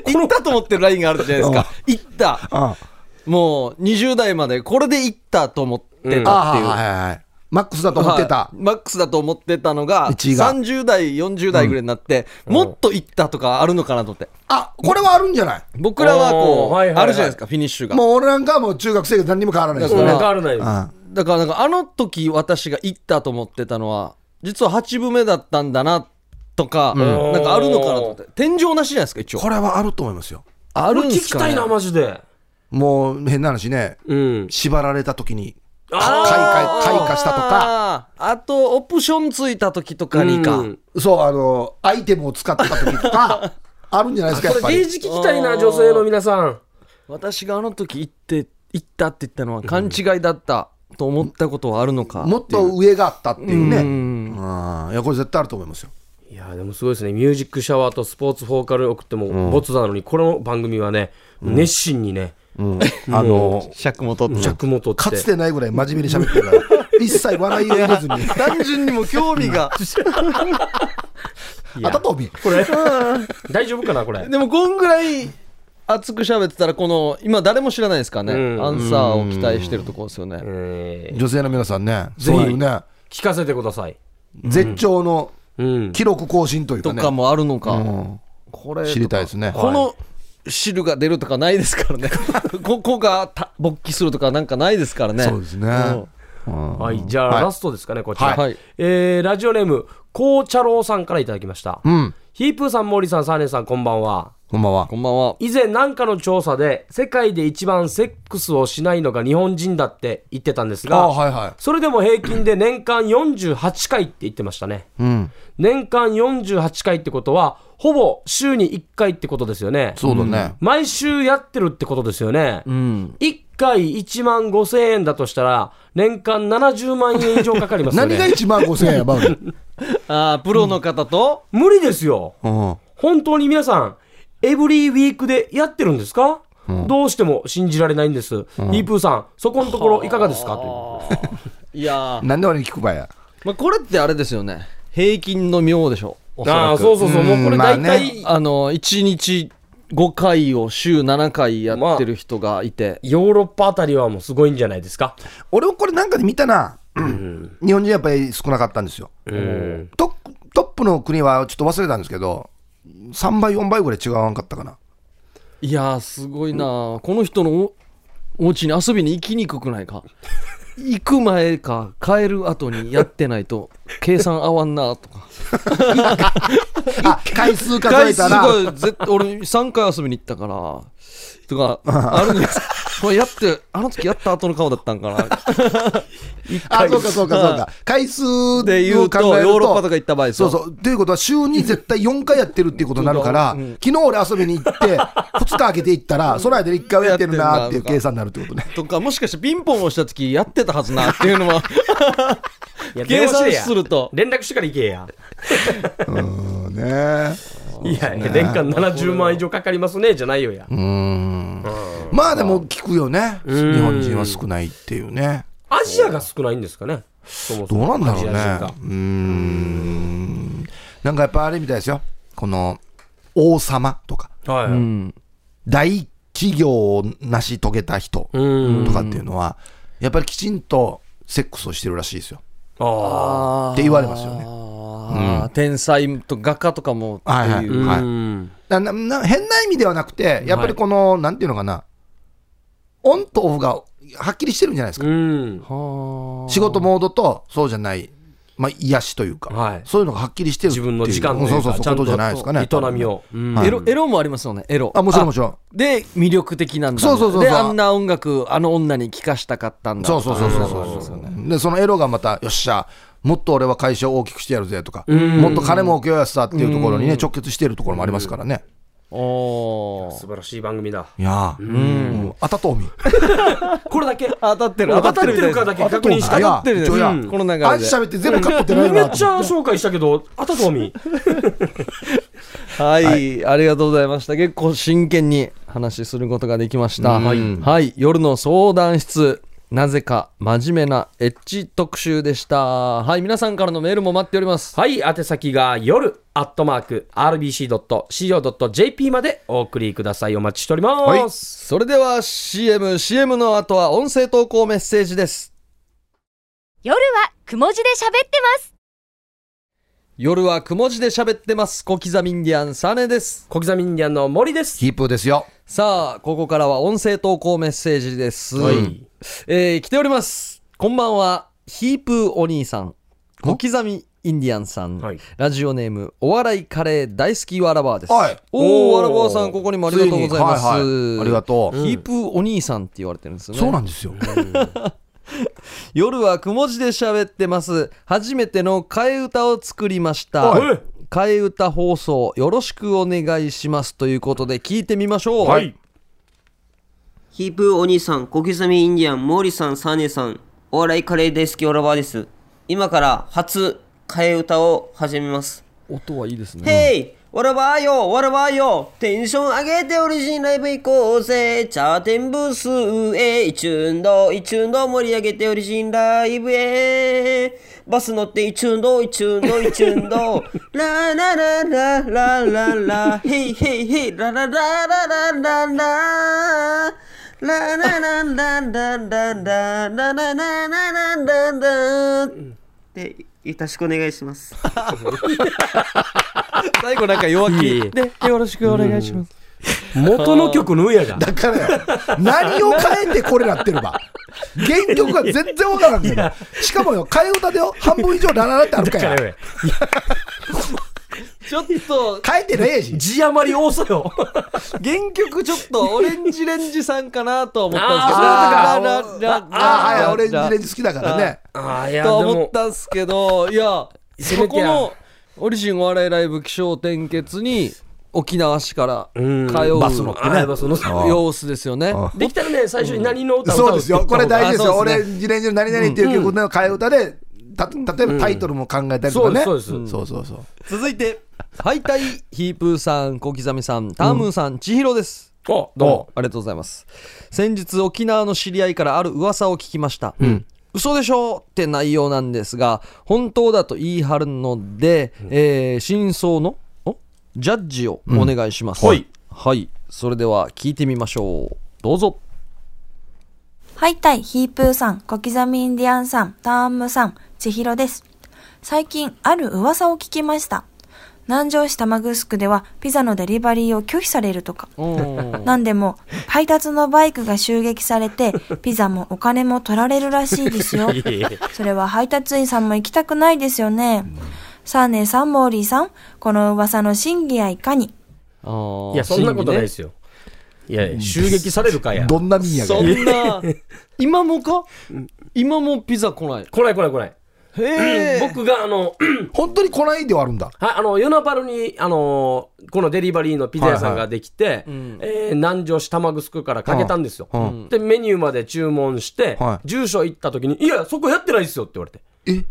Speaker 1: 行ったと思ってるラインがあるじゃないですか行った
Speaker 3: あ
Speaker 1: もう20代までこれで行ったと思って
Speaker 3: あ、
Speaker 1: たっていう、
Speaker 3: はいはいはい。マックスだと思ってた
Speaker 1: はい。マックスだと思ってたのが
Speaker 3: 1位が
Speaker 1: 30代40代ぐらいになって、もっと行ったとかあるのかなと思って
Speaker 3: あ、これはあるんじゃない
Speaker 1: 僕らはこ
Speaker 2: お
Speaker 1: う、
Speaker 2: ーはいはいはい
Speaker 1: あるじゃないですかフィニッシュが
Speaker 3: もう俺なんかはもう中学生が何にも変わらないです
Speaker 2: うん
Speaker 3: よね。
Speaker 2: 変わらないです
Speaker 3: あ
Speaker 1: だからなんかあの時私が行ったと思ってたのは実は8分目だったんだなとか、
Speaker 2: ん
Speaker 1: なんかあるのかなと思って天井なしじゃないですか一応
Speaker 3: これはあると思いますよ。
Speaker 1: あるん
Speaker 2: 聞
Speaker 1: す
Speaker 2: き
Speaker 1: か、
Speaker 2: た
Speaker 1: ね、
Speaker 2: いなマジで
Speaker 3: もう変な話ね、
Speaker 2: うん
Speaker 3: 縛られた時に、開
Speaker 2: あ
Speaker 3: 花、開花したとか。
Speaker 1: あーあとオプションついた時とかにか、
Speaker 2: うん
Speaker 3: そう、あの、アイテムを使った時とか、あるんじゃないですか、やっ
Speaker 2: こ
Speaker 3: ぱ
Speaker 2: れゲー
Speaker 3: り。
Speaker 2: ジ聞きたいな女性の皆さん
Speaker 1: 私があの時行って行ったって言ったのは勘違いだったと思ったことはあるのか
Speaker 3: もっと上があったっていうね。
Speaker 1: う
Speaker 3: うん。いや、これ絶対あると思いますよ。
Speaker 2: いやーでもすごいですねミュージックシャワーとスポーツフォーカル送ってもボツなのに、この番組はね熱心にね、
Speaker 3: あの、
Speaker 1: 尺も取っ
Speaker 2: 着も取って
Speaker 3: かつてないぐらい真面目に喋ってるから、一切笑い入れずに、
Speaker 1: 単純にもう興味が
Speaker 3: あたとび。
Speaker 2: これ大丈夫かなこ れ
Speaker 1: でもこんぐらい熱く喋ってたらこの今誰も知らないですからね、
Speaker 2: うん
Speaker 1: アンサーを期待してるところですよね、
Speaker 2: えー
Speaker 3: 女性の皆さんね、そういうね、
Speaker 2: 聞かせてください
Speaker 3: 絶頂の
Speaker 2: うん
Speaker 3: 記録更新というか
Speaker 1: と
Speaker 3: ね、
Speaker 1: かもあるのか、
Speaker 3: うん
Speaker 1: これとか
Speaker 3: 知りたいですね。
Speaker 1: この汁が出るとかないですからね ここがた勃起するとかなんかないですからね
Speaker 3: そうですね。うん
Speaker 2: はいじゃあ、
Speaker 3: はい
Speaker 2: ラストですかねこちら、
Speaker 1: はい
Speaker 2: えーラジオネームこうちゃろうさんからいただきました、
Speaker 3: うん。
Speaker 2: ヒープーさん、モーリーさん、サーネさん、こんばんは。
Speaker 3: こんばんは
Speaker 1: こんばんは。
Speaker 2: 以前何かの調査で、世界で一番セックスをしないのが日本人だって言ってたんです
Speaker 3: あ
Speaker 2: が、
Speaker 3: はいは
Speaker 2: それでも平均で年間48回って言ってましたね。
Speaker 3: いうん
Speaker 2: 年間48回ってことは、ほぼ週に1回ってことですよね。
Speaker 3: そうだね、
Speaker 2: 毎週やってるってことですよね。
Speaker 1: うん。
Speaker 2: 1回1万5千円だとしたら、年間70万円以上かかりますよね。
Speaker 3: 何が1万5000円やばう
Speaker 1: ああ、プロの方と、
Speaker 2: 無理ですよ。
Speaker 3: ん
Speaker 2: 本当に皆さん、エブリーウィークでやってるんですか、どうしても信じられないんです。イープーさん、そこのところいかがですかという。
Speaker 1: いやー、
Speaker 3: なんで俺に聞くばや
Speaker 1: まあ、これってあれですよね。平均の妙でしょ。おそらく
Speaker 2: ああ、そうそうそう、もうこれ大
Speaker 3: うんまあね
Speaker 2: 体、
Speaker 1: あの、1日5回を週7回やってる人がいて。
Speaker 2: ヨーロッパあたりはもうすごいんじゃないですか。
Speaker 3: 俺もこれなんかで見たな、日本人やっぱり少なかったんですよ
Speaker 2: うん。
Speaker 3: トップトップの国はちょっと忘れたんですけど3倍4倍ぐらい違わんかったかない
Speaker 1: やー、すごいなーこの人のおお家に遊びに行きにくくない か。行く前か帰る後にやってないと計算合わんなーとか。
Speaker 3: あ回数数え
Speaker 1: 回数
Speaker 3: たら
Speaker 1: が絶対俺3回遊びに行ったからと かあるんですこれやってあの時やった後の顔だったんかな
Speaker 3: あそうかそうかそうか回数を考え
Speaker 1: で言
Speaker 3: る
Speaker 1: うと
Speaker 3: と
Speaker 1: ヨーロッパとか行った場合
Speaker 3: そうそう。ということは、週に絶対4回やってるっていうことになるから、
Speaker 1: うん
Speaker 3: 昨日俺遊びに 行って、2日空けて行ったら、その間で1回はやってるなっていう計算になるってことね。
Speaker 1: とかもしかしてピンポン押した時やってたはずなっていうの は
Speaker 2: いや
Speaker 1: 計算
Speaker 2: 電話してや
Speaker 1: すると
Speaker 2: 連絡してから行けや。
Speaker 3: うんね
Speaker 2: いや、いや年間70万以上かかりますね、じゃないよや。
Speaker 3: うん。まあでも聞くよね。日
Speaker 2: うん
Speaker 3: 本人は少ないっていうね。
Speaker 2: アジアが少ないんですかね。そもそ
Speaker 3: どう
Speaker 2: も
Speaker 3: なんだろう
Speaker 2: アジア人
Speaker 3: ね
Speaker 2: が。
Speaker 3: うん。なんかやっぱあれみたいですよ。この、王様とか、
Speaker 2: はい。
Speaker 1: うん
Speaker 3: 大企業を成し遂げた人
Speaker 2: うん。
Speaker 3: とかっていうのは、やっぱりきちんとセックスをしてるらしいですよ。
Speaker 2: あ
Speaker 3: って言われますよね
Speaker 1: ね天才と画家とかもって
Speaker 3: はいはい
Speaker 1: いう
Speaker 2: あ。
Speaker 3: はい
Speaker 2: うん。
Speaker 3: ななな変な意味ではなくて、やっぱりこの、なんていうのかな、オンとオフがはっきりしてるんじゃないですか、
Speaker 2: うん。
Speaker 1: はあ
Speaker 3: 仕事モードとそうじゃない、まあ、癒しというか、
Speaker 2: はい
Speaker 3: そういうのがはっきりしてるってい
Speaker 2: 自
Speaker 3: う
Speaker 2: 分の時間というか
Speaker 3: そうそうそう
Speaker 2: ちゃんと
Speaker 3: ことじゃないですかね。
Speaker 2: 営みを。うん
Speaker 3: はい
Speaker 1: エロエロもありますよねエロ
Speaker 3: あもちろんもちろん
Speaker 1: で魅力的なんだ
Speaker 3: そうそうそうそ
Speaker 1: で
Speaker 3: う
Speaker 1: あんな音楽あの女に聴かしたかったんだ
Speaker 3: そうそうそうそう
Speaker 1: あり
Speaker 3: そう
Speaker 1: ますよね
Speaker 3: でそのエロがまたよっしゃもっと俺は会社を大きくしてやるぜとかもっと金儲けようやつさっていうところにね直結しているところもありますからね
Speaker 1: おー
Speaker 2: 素晴らしい番 組だ。
Speaker 3: いやーうんあたとうみ
Speaker 2: これだけ。
Speaker 1: 当たってる
Speaker 2: 当たってるかだけ確認し
Speaker 1: 当
Speaker 2: た。
Speaker 1: たってる
Speaker 3: いや
Speaker 1: うんこの流れで
Speaker 3: あいつ喋って全部カットってない
Speaker 2: め
Speaker 3: な
Speaker 2: っちゃ紹介したけど、あたとみ。
Speaker 1: はい、ありがとうございました結構真剣に話しすることができました
Speaker 3: うん
Speaker 1: はい、はい夜の相談室なぜか真面目なエッチ特集でしたはい皆さんからのメールも待っております
Speaker 2: はい、宛先が夜、アットマーク、rbc.co.jp までお送りください。お待ちしております。
Speaker 1: それでは CMCM の後は音声投稿メッセージです
Speaker 4: 夜はくも字で喋ってます。
Speaker 1: 夜はくも字で喋ってます小刻みインディアンサネです
Speaker 2: 小刻みインディアンの森です。
Speaker 3: ヒープーですよ
Speaker 1: さあここからは音声投稿メッセージです、
Speaker 2: はい。
Speaker 1: えー来ております。こんばんは。ヒープーお兄さん。小刻みインディアンさん。
Speaker 2: はい
Speaker 1: ラジオネーム、お笑いカレー大好きわらばーです。
Speaker 3: はい
Speaker 1: お
Speaker 2: お
Speaker 1: お、
Speaker 2: ー
Speaker 1: わらばーさん、ここにもありがとうございます。
Speaker 3: ついにはいはいありがとう
Speaker 1: ヒープーお兄さんって言われてるんですよね。
Speaker 3: そうなんですよ
Speaker 1: 夜はくも字で替え歌で喋ってます。初めての替え歌を作りました。
Speaker 2: はい
Speaker 1: 替え歌放送よろしくお願いしますということで聞いてみましょう。
Speaker 2: はい。
Speaker 5: ヒープーお兄さん、小刻みインディアン、モーリーさん、サーネーさん、お笑いカレー大好きオラバーです。今から初、替え歌を始めます。
Speaker 1: 音はいいですね。
Speaker 5: ヘイわらばーよわらばーよテンション上げてオリジンライブ行こうぜチャーテンブースへ一運動一運動盛り上げてオリジンライブへバス乗って一運動一運動一運 動ラララララララヘイヘイヘイララララララララララララララララララララで、よろしくお願いします。
Speaker 1: 最後なんか弱気。
Speaker 2: いい
Speaker 1: で、よろしくお願いします。
Speaker 2: 元の曲のやが。
Speaker 3: だからよ、何を変えてこれなってるば。原曲が全然わからんけど、しかもよ、替え歌でよ、半分以上ラララってあるか
Speaker 2: だから
Speaker 3: ら。
Speaker 2: よ
Speaker 1: ちょっと
Speaker 3: 書いてねえし。
Speaker 2: 字余り多さよ。
Speaker 1: 原曲ちょっとオレンジレンジさんかなと思った
Speaker 2: あ
Speaker 1: んですけどララララ
Speaker 3: ああ、はい、オレンジレンジ好きだからね。
Speaker 2: ああ、いや、で
Speaker 1: と思っ
Speaker 2: も、
Speaker 1: たんすけどいや
Speaker 2: せ
Speaker 1: そ
Speaker 2: めて
Speaker 1: こ
Speaker 2: や
Speaker 1: のオリジンお笑いライブ気象転結に沖縄市から通
Speaker 2: ん
Speaker 1: う
Speaker 3: バス乗っ
Speaker 2: ああ、やっぱその、
Speaker 1: 様子ですよね
Speaker 3: あ
Speaker 2: できたらね、最初に何の歌を歌
Speaker 3: そう
Speaker 2: う
Speaker 3: ですよ。これ大事ですよ。
Speaker 1: そう
Speaker 3: オ
Speaker 1: ですね
Speaker 3: レンジレンジの何々っていう曲の替え歌で、た例えばタイトルも考えたりとかね。
Speaker 2: そうですそうで
Speaker 3: そうそうそう。
Speaker 1: 続いてハイタイヒープーさん小刻みさんタームーさん千尋です
Speaker 2: おどうも。
Speaker 1: ありがとうございます先日沖縄の知り合いからある噂を聞きました、嘘でしょって内容なんですが本当だと言い張るので、えー真相のおジャッジをお願いします、
Speaker 2: うんはい
Speaker 1: はいそれでは聞いてみましょうどうぞ
Speaker 6: ハイタイ、ヒープーさん、小刻みインディアンさん、ターンムさん、千尋です。最近、ある噂を聞きました。南城市玉城では、ピザのデリバリーを拒否されるとか。なんでも、配達のバイクが襲撃されて、ピザもお金も取られるらしいですよ。それは配達員さんも行きたくないですよね。さあねさん、モーリーさん、この噂の真偽やいかに。
Speaker 1: い
Speaker 2: いや、そんなことないですよ。いやいや、襲撃されるかや。
Speaker 3: ど
Speaker 2: 来
Speaker 3: んなミや
Speaker 1: そ
Speaker 3: が。
Speaker 1: んな 今もか今もピザ来ない
Speaker 2: ない来ない来ない。
Speaker 1: へえ
Speaker 2: 僕があの、
Speaker 3: 本当に来ないではあるんだ。
Speaker 2: はい、あの、夜なばるに、あのーこのデリバリーのピザ屋さんができて、えー南城市玉城からかけたんですよ、で、メニューまで注文して、
Speaker 3: はい
Speaker 2: 住所行った時に、いや、そこやってないですよって言われて。
Speaker 3: え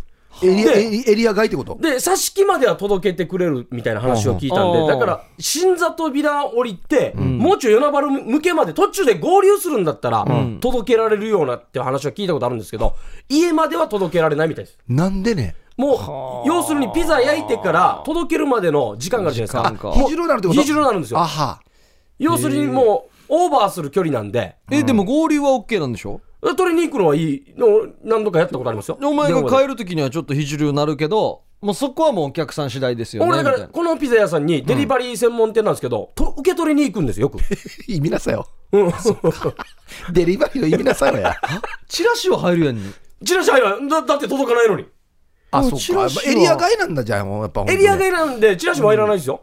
Speaker 3: エリア、エリエリア外ってこと
Speaker 2: で、挿し木までは届けてくれるみたいな話を聞いた
Speaker 1: う
Speaker 2: ん
Speaker 1: んう
Speaker 2: で、
Speaker 1: ん
Speaker 2: だから、新里ビラ降りて、もうちょい与那原向けまで途中で合流するんだったら、届けられるようなっていう話は聞いたことあるんですけど、家までは届けられないみたいです。
Speaker 3: なんでね。
Speaker 2: もう、要するにピザ焼いてから届けるまでの時間があるじゃないです
Speaker 1: な
Speaker 2: か
Speaker 1: ん。か
Speaker 3: ひじろになるってこと
Speaker 2: ひじろになるんですよ
Speaker 3: あは。
Speaker 2: 要するにもう、オーバーする距離なんで、
Speaker 1: えでも合流は OK なんでしょ
Speaker 2: 取りに行くのはいいの、何度かやったことありますよ。
Speaker 1: お前が
Speaker 2: 電話で
Speaker 1: 帰る時にはちょっと肘流なるけどもうそこはもうお客さん次第ですよね
Speaker 2: 俺、だ
Speaker 1: み
Speaker 2: か
Speaker 1: た
Speaker 2: ら、
Speaker 1: いな
Speaker 2: このピザ屋さんにデリバリー専門店なんですけど、と受け取りに行くん ですよ、よく。
Speaker 3: 意味なさよ。
Speaker 2: うん
Speaker 3: デリバリーの意味 なさよや。
Speaker 1: チラシは入るやんに
Speaker 2: チラシ入らんだだって届かないのに。
Speaker 3: あ、
Speaker 1: も
Speaker 3: そうう
Speaker 1: チラ
Speaker 3: か
Speaker 1: シ。は
Speaker 3: エリア外なんだじゃあ、もうやっぱ本当
Speaker 2: エ
Speaker 3: に。
Speaker 2: リア外なんで、チラシはいらないですよ。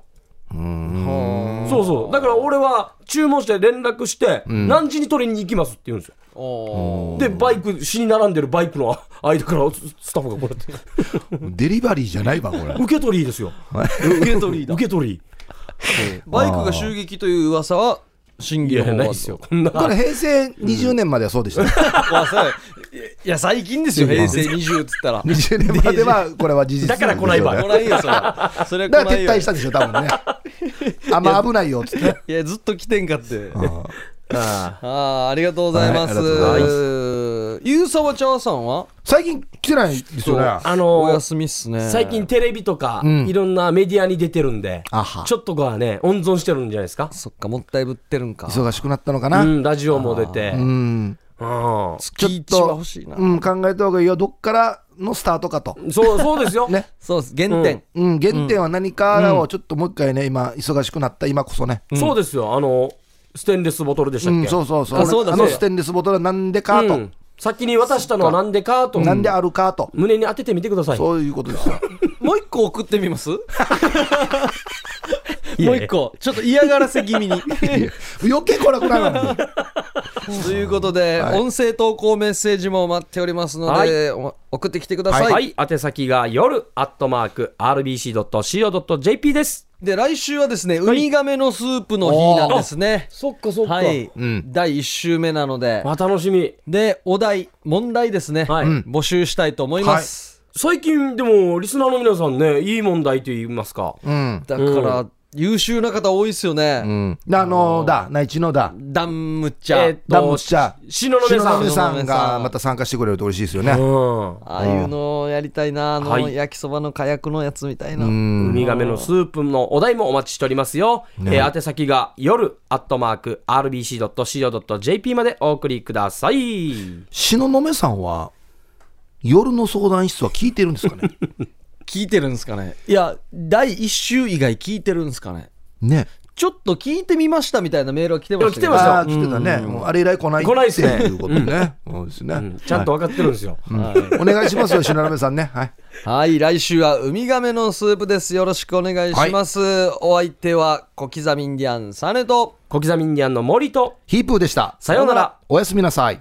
Speaker 2: そうそう。だから俺は注文して連絡して、何時に取りに行きますって言うんですよ。
Speaker 1: おー
Speaker 2: で、バイク、死に並んでるバイクの間からススタッフがこうやって、
Speaker 3: デリバリーじゃないわ、 これ。
Speaker 2: 受け取りですよ。
Speaker 1: 受け取りだ
Speaker 2: 受け取り。
Speaker 1: バイクが襲撃という噂は真
Speaker 2: い
Speaker 1: 偽の
Speaker 2: や、
Speaker 1: 方
Speaker 2: ない
Speaker 1: は
Speaker 2: ですよ。こんな。
Speaker 3: これ平成20年まではそうでしたね。
Speaker 1: 噂いや最近ですよ平成20っつったら
Speaker 3: 20年まではこれは事実
Speaker 2: だから来ないわ
Speaker 3: です
Speaker 1: 来
Speaker 3: よ
Speaker 1: な
Speaker 3: ね
Speaker 1: いよそれはそれ
Speaker 3: だ
Speaker 1: は
Speaker 3: から
Speaker 1: 来ない
Speaker 3: 撤
Speaker 1: よ
Speaker 3: 退したんでしょ多分ねあんま危ないよっつって
Speaker 1: いやずっと来てんかって
Speaker 2: あ
Speaker 1: あーありがとうございます
Speaker 3: はいありがとうござい
Speaker 1: ゆうさばちゃーさんは
Speaker 3: 最近来てないですよね
Speaker 2: あ
Speaker 1: お
Speaker 2: のー
Speaker 1: 休みっすね
Speaker 2: 最近テレビとか、
Speaker 3: ん
Speaker 2: いろんなメディアに出てるんで
Speaker 3: あは、
Speaker 2: ちょっとがね、温存してるんじゃないですか。
Speaker 1: そっかもったいぶってるんか
Speaker 3: 忙しくなったのか
Speaker 2: う、
Speaker 3: なん
Speaker 2: ラジオも出て。う。
Speaker 3: うんん
Speaker 1: 月一は欲しいな
Speaker 3: うん考えた方がいいよどっからのスタートかと
Speaker 2: そう、そうですよ。
Speaker 3: ね
Speaker 1: そうです原点
Speaker 3: うん原点は何かをちょっともう一回ね今忙しくなった今こそね
Speaker 2: そうですよ。あの、ステンレスボトルでした
Speaker 3: う
Speaker 2: っ
Speaker 3: ん
Speaker 2: け。
Speaker 3: そうそうそう
Speaker 1: あそうだ
Speaker 3: あ
Speaker 1: そう
Speaker 3: の
Speaker 1: だ
Speaker 3: ステンレスボトルはなんでか
Speaker 2: う
Speaker 3: と
Speaker 2: ん先に渡したのはなんでかと。
Speaker 3: なんであるかと
Speaker 2: 胸に当ててみてください。
Speaker 3: そういうことですよ
Speaker 1: もう一個送ってみ ますもう一個ちょっと嫌がらせ気 味に
Speaker 3: 余計来なくなるのに
Speaker 1: ということ で、音声投稿メッセージも待っておりますので、お送ってきてください、
Speaker 2: はい。宛先が夜、アットマーク、rbc.co.jp です。
Speaker 1: で来週はですねウミガメのスープの日なんですね
Speaker 2: そっかそっか。
Speaker 1: はい、
Speaker 3: ん
Speaker 1: 第1週目なので
Speaker 2: わ楽しみ。
Speaker 1: でお題問題ですね、
Speaker 2: はい
Speaker 1: うん募集したいと思います、
Speaker 2: 最近、でも、リスナーの皆さんね、いい問題と言いますか。
Speaker 3: うん
Speaker 1: だから、優秀な方多いですよね、
Speaker 3: あのだ内地のだ
Speaker 1: ダンムッチャ
Speaker 2: えー
Speaker 1: ー
Speaker 2: どう
Speaker 3: ダムシャ
Speaker 2: しののめさん
Speaker 3: 東雲さんがまた参加してくれると嬉しいですよね。
Speaker 2: うん。
Speaker 1: ああいうのをやりたいなあの、
Speaker 2: はい
Speaker 1: 焼きそばの火薬のやつみたいな、
Speaker 2: ウミガメのスープのお題もお待ちしておりますよ。えー宛先が夜、アットマーク、rbc.co.jp までお送りください。
Speaker 3: 東雲さんは夜の相談室は聞いてるんですかね。
Speaker 1: 聞いてるんですかねいや第1週以外聞いてるんですかね
Speaker 3: ね。
Speaker 1: ちょっと聞いてみましたみたいなメールが来てましたけど
Speaker 2: いや来てました
Speaker 3: あー来てたね、もうあれ以来来ない
Speaker 2: 来ないっすね
Speaker 3: っていうことね、そうですね、
Speaker 2: うんちゃんと分かってるんですよ。
Speaker 3: はいお願いしますよ白鍋さんねはい
Speaker 1: はい、来週はウミガメのスープです。よろしくお願いします。お相手は小刻みインディアンサネと。
Speaker 2: 小刻みインディアンの森と、
Speaker 3: ヒープーでした
Speaker 2: さようなら。
Speaker 3: おやすみなさい